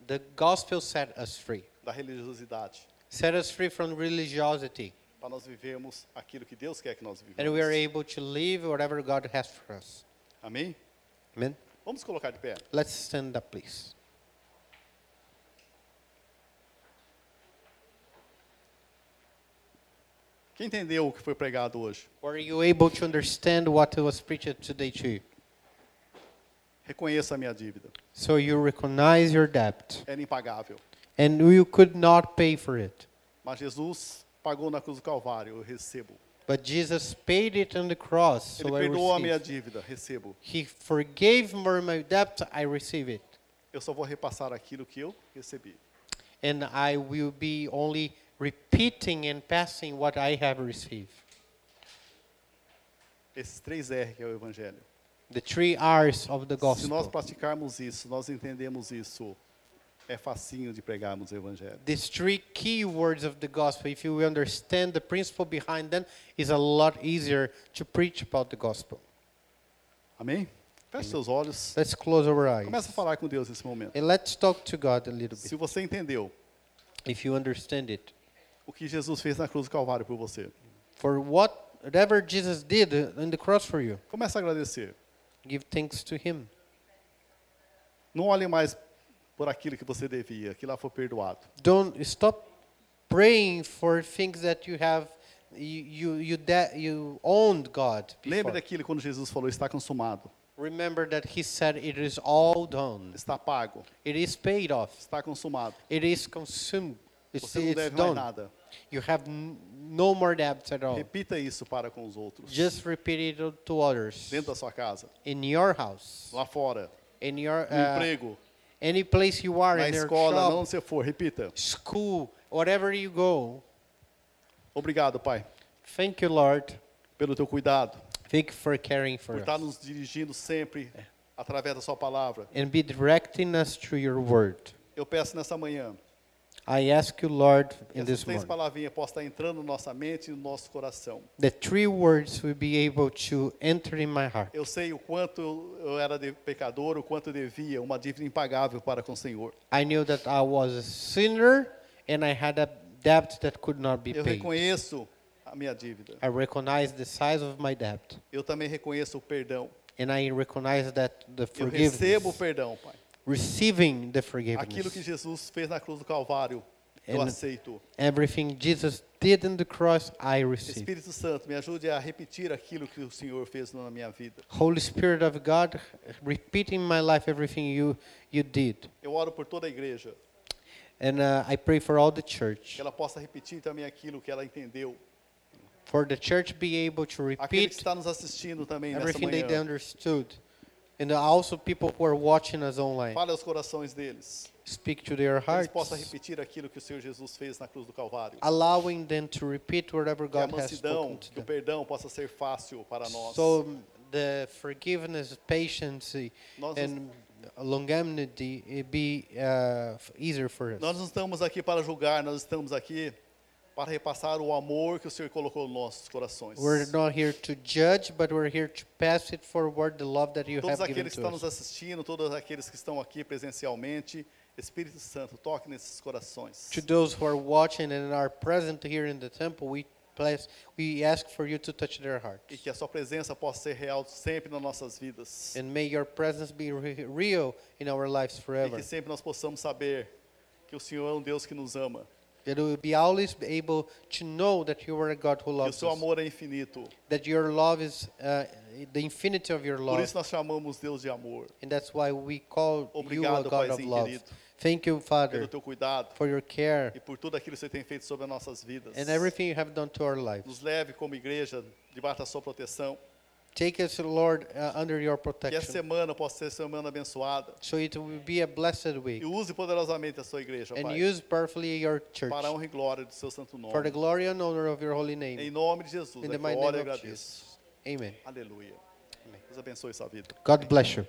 Speaker 1: The gospel set us free,
Speaker 2: da religiosidade,
Speaker 1: set us free from religiosity.
Speaker 2: para nós vivermos aquilo que Deus quer que nós
Speaker 1: and we are
Speaker 2: vivamos.
Speaker 1: able to live whatever God has for us.
Speaker 2: Amém?
Speaker 1: Amen.
Speaker 2: Vamos colocar de pé.
Speaker 1: Let's stand up, please.
Speaker 2: Quem entendeu o que foi pregado hoje?
Speaker 1: Were you able to understand what was preached today to you?
Speaker 2: Reconheça a minha dívida.
Speaker 1: So you recognize your debt.
Speaker 2: Era impagável.
Speaker 1: and you could not pay for it.
Speaker 2: Mas Jesus pagou na cruz do Calvário, eu recebo.
Speaker 1: But Jesus paid it on the cross,
Speaker 2: Ele
Speaker 1: so I
Speaker 2: perdoou a minha
Speaker 1: receive.
Speaker 2: dívida, recebo.
Speaker 1: He forgave me my debt, I receive it.
Speaker 2: Eu só vou repassar aquilo que eu recebi.
Speaker 1: And I will be only repeating and passing what I have received.
Speaker 2: Esses três R que é o Evangelho.
Speaker 1: The three R's of the
Speaker 2: Se nós
Speaker 1: gospel.
Speaker 2: praticarmos isso, nós entendemos isso, é facinho de pregarmos o Evangelho.
Speaker 1: These three key words of the gospel, if you understand the principle behind them, is a lot easier to preach about the gospel.
Speaker 2: Amém? Feche seus olhos.
Speaker 1: Let's close our eyes.
Speaker 2: Começa a falar com Deus nesse momento.
Speaker 1: And let's talk to God a little
Speaker 2: Se
Speaker 1: bit,
Speaker 2: você entendeu
Speaker 1: if you understand it.
Speaker 2: o que Jesus fez na cruz do Calvário por você,
Speaker 1: For what, whatever Jesus did on the cross for you,
Speaker 2: começa a agradecer.
Speaker 1: give thanks to Him.
Speaker 2: Não olhe mais por aquilo que você devia, que lá foi perdoado.
Speaker 1: Don't stop praying for things that you have, you you you, de- you owned God.
Speaker 2: Lembre
Speaker 1: before.
Speaker 2: daquilo quando Jesus falou: está consumado,
Speaker 1: Remember that He said it is all done.
Speaker 2: está pago,
Speaker 1: It is paid off.
Speaker 2: está consumado.
Speaker 1: It is consumed. It's,
Speaker 2: Você não
Speaker 1: it's
Speaker 2: deve mais
Speaker 1: done.
Speaker 2: nada.
Speaker 1: You have n- no more debts at all.
Speaker 2: Repita isso para com os outros.
Speaker 1: Just repeat it to others
Speaker 2: Dentro da sua casa,
Speaker 1: in your house,
Speaker 2: lá fora,
Speaker 1: in your
Speaker 2: no
Speaker 1: uh,
Speaker 2: emprego,
Speaker 1: any place you are,
Speaker 2: na
Speaker 1: in your
Speaker 2: escola,
Speaker 1: shop,
Speaker 2: não você for. Repita.
Speaker 1: school, wherever you go.
Speaker 2: Obrigado, Pai,
Speaker 1: Thank you, Lord.
Speaker 2: pelo teu cuidado,
Speaker 1: Thank you for caring for
Speaker 2: por estar
Speaker 1: us
Speaker 2: nos dirigindo sempre
Speaker 1: É.
Speaker 2: através da sua palavra.
Speaker 1: and be directing us through your word.
Speaker 2: Eu peço nessa manhã,
Speaker 1: I ask you, Lord, in
Speaker 2: essas
Speaker 1: this
Speaker 2: três
Speaker 1: morning,
Speaker 2: palavrinhas possam estar entrando na nossa mente e no nosso coração.
Speaker 1: that three words will be able to enter in my heart.
Speaker 2: Eu sei o quanto eu- eu era de- pecador, o quanto eu devia, uma dívida impagável para com o Senhor.
Speaker 1: I knew that I was a sinner and I had a debt that could not be
Speaker 2: Eu
Speaker 1: paid.
Speaker 2: reconheço a minha dívida.
Speaker 1: I recognize the size of my debt
Speaker 2: Eu também reconheço o perdão.
Speaker 1: and I recognize that the
Speaker 2: Eu recebo o
Speaker 1: forgiveness,
Speaker 2: perdão, Pai.
Speaker 1: receiving the
Speaker 2: Aquilo que
Speaker 1: forgiveness,
Speaker 2: Jesus fez na cruz do Calvário, eu
Speaker 1: And-
Speaker 2: aceito.
Speaker 1: everything Jesus did on the cross, I receive.
Speaker 2: Espírito Santo, me ajude a repetir aquilo que o Senhor fez na minha vida.
Speaker 1: Holy Spirit of God, repeat in my life everything you, you did.
Speaker 2: Eu oro por toda a igreja,
Speaker 1: And uh, I pray for all the
Speaker 2: que
Speaker 1: church,
Speaker 2: ela possa repetir também aquilo que ela entendeu.
Speaker 1: for the church be able to
Speaker 2: Aquele que
Speaker 1: repeat
Speaker 2: está nos assistindo também nessa
Speaker 1: everything they
Speaker 2: manhã.
Speaker 1: understood. And also people who are watching us online,
Speaker 2: Fale aos corações deles.
Speaker 1: speak to their
Speaker 2: Que eles possam
Speaker 1: hearts,
Speaker 2: repetir aquilo que o Senhor Jesus fez na cruz do Calvário.
Speaker 1: allowing them to repeat whatever
Speaker 2: que E a
Speaker 1: God has spoken
Speaker 2: mansidão, que
Speaker 1: to
Speaker 2: o
Speaker 1: them.
Speaker 2: perdão possa ser fácil para nós.
Speaker 1: So the forgiveness, patience, eh,
Speaker 2: Nós nos-
Speaker 1: and longanimity eh, be uh, f- easier for us.
Speaker 2: Nós não estamos aqui para julgar, nós estamos aqui para repassar o amor que o Senhor colocou nos nossos corações.
Speaker 1: We're not here to judge, but we're here to pass it forward the love that you
Speaker 2: Todos
Speaker 1: have given
Speaker 2: aqueles que
Speaker 1: to
Speaker 2: estão nos
Speaker 1: us.
Speaker 2: assistindo, todos aqueles que estão aqui presencialmente, Espírito Santo, toque nesses corações.
Speaker 1: To those who are watching and are present here in the temple, we place, we ask for you to touch their hearts.
Speaker 2: E que a sua presença possa ser real sempre nas nossas vidas.
Speaker 1: And may your presence be re- real in our lives
Speaker 2: E
Speaker 1: forever.
Speaker 2: que sempre nós possamos saber que o Senhor é um Deus que nos ama.
Speaker 1: That we will be always be able to know that you are a God who
Speaker 2: Que o
Speaker 1: loves
Speaker 2: seu
Speaker 1: us.
Speaker 2: amor é infinito.
Speaker 1: That your love is uh, the infinity of your
Speaker 2: Por
Speaker 1: love.
Speaker 2: isso nós chamamos Deus de amor.
Speaker 1: And that's why we call you a
Speaker 2: Obrigado,
Speaker 1: God of
Speaker 2: Paizinho
Speaker 1: love.
Speaker 2: querido.
Speaker 1: Thank you,
Speaker 2: Pelo
Speaker 1: Father,
Speaker 2: teu cuidado.
Speaker 1: for your care
Speaker 2: e por tudo aquilo que você tem feito sobre as nossas vidas.
Speaker 1: and everything you have done to our lives.
Speaker 2: Nos leve como igreja debaixo da sua proteção.
Speaker 1: Take us, Lord, uh, under your
Speaker 2: Que E essa
Speaker 1: protection.
Speaker 2: semana possa ser semana abençoada.
Speaker 1: So it will be a blessed
Speaker 2: E
Speaker 1: week.
Speaker 2: use poderosamente a sua igreja,
Speaker 1: And
Speaker 2: Pai,
Speaker 1: use powerfully your church
Speaker 2: para a honra e glória do seu santo
Speaker 1: for the
Speaker 2: nome.
Speaker 1: glory and honor of your holy
Speaker 2: Em
Speaker 1: name.
Speaker 2: nome de Jesus,
Speaker 1: In
Speaker 2: é
Speaker 1: the
Speaker 2: que
Speaker 1: mighty
Speaker 2: eu oro e
Speaker 1: name of
Speaker 2: agradeço.
Speaker 1: Jesus. Amen.
Speaker 2: Aleluia. Deus abençoe sua vida.
Speaker 1: God bless you.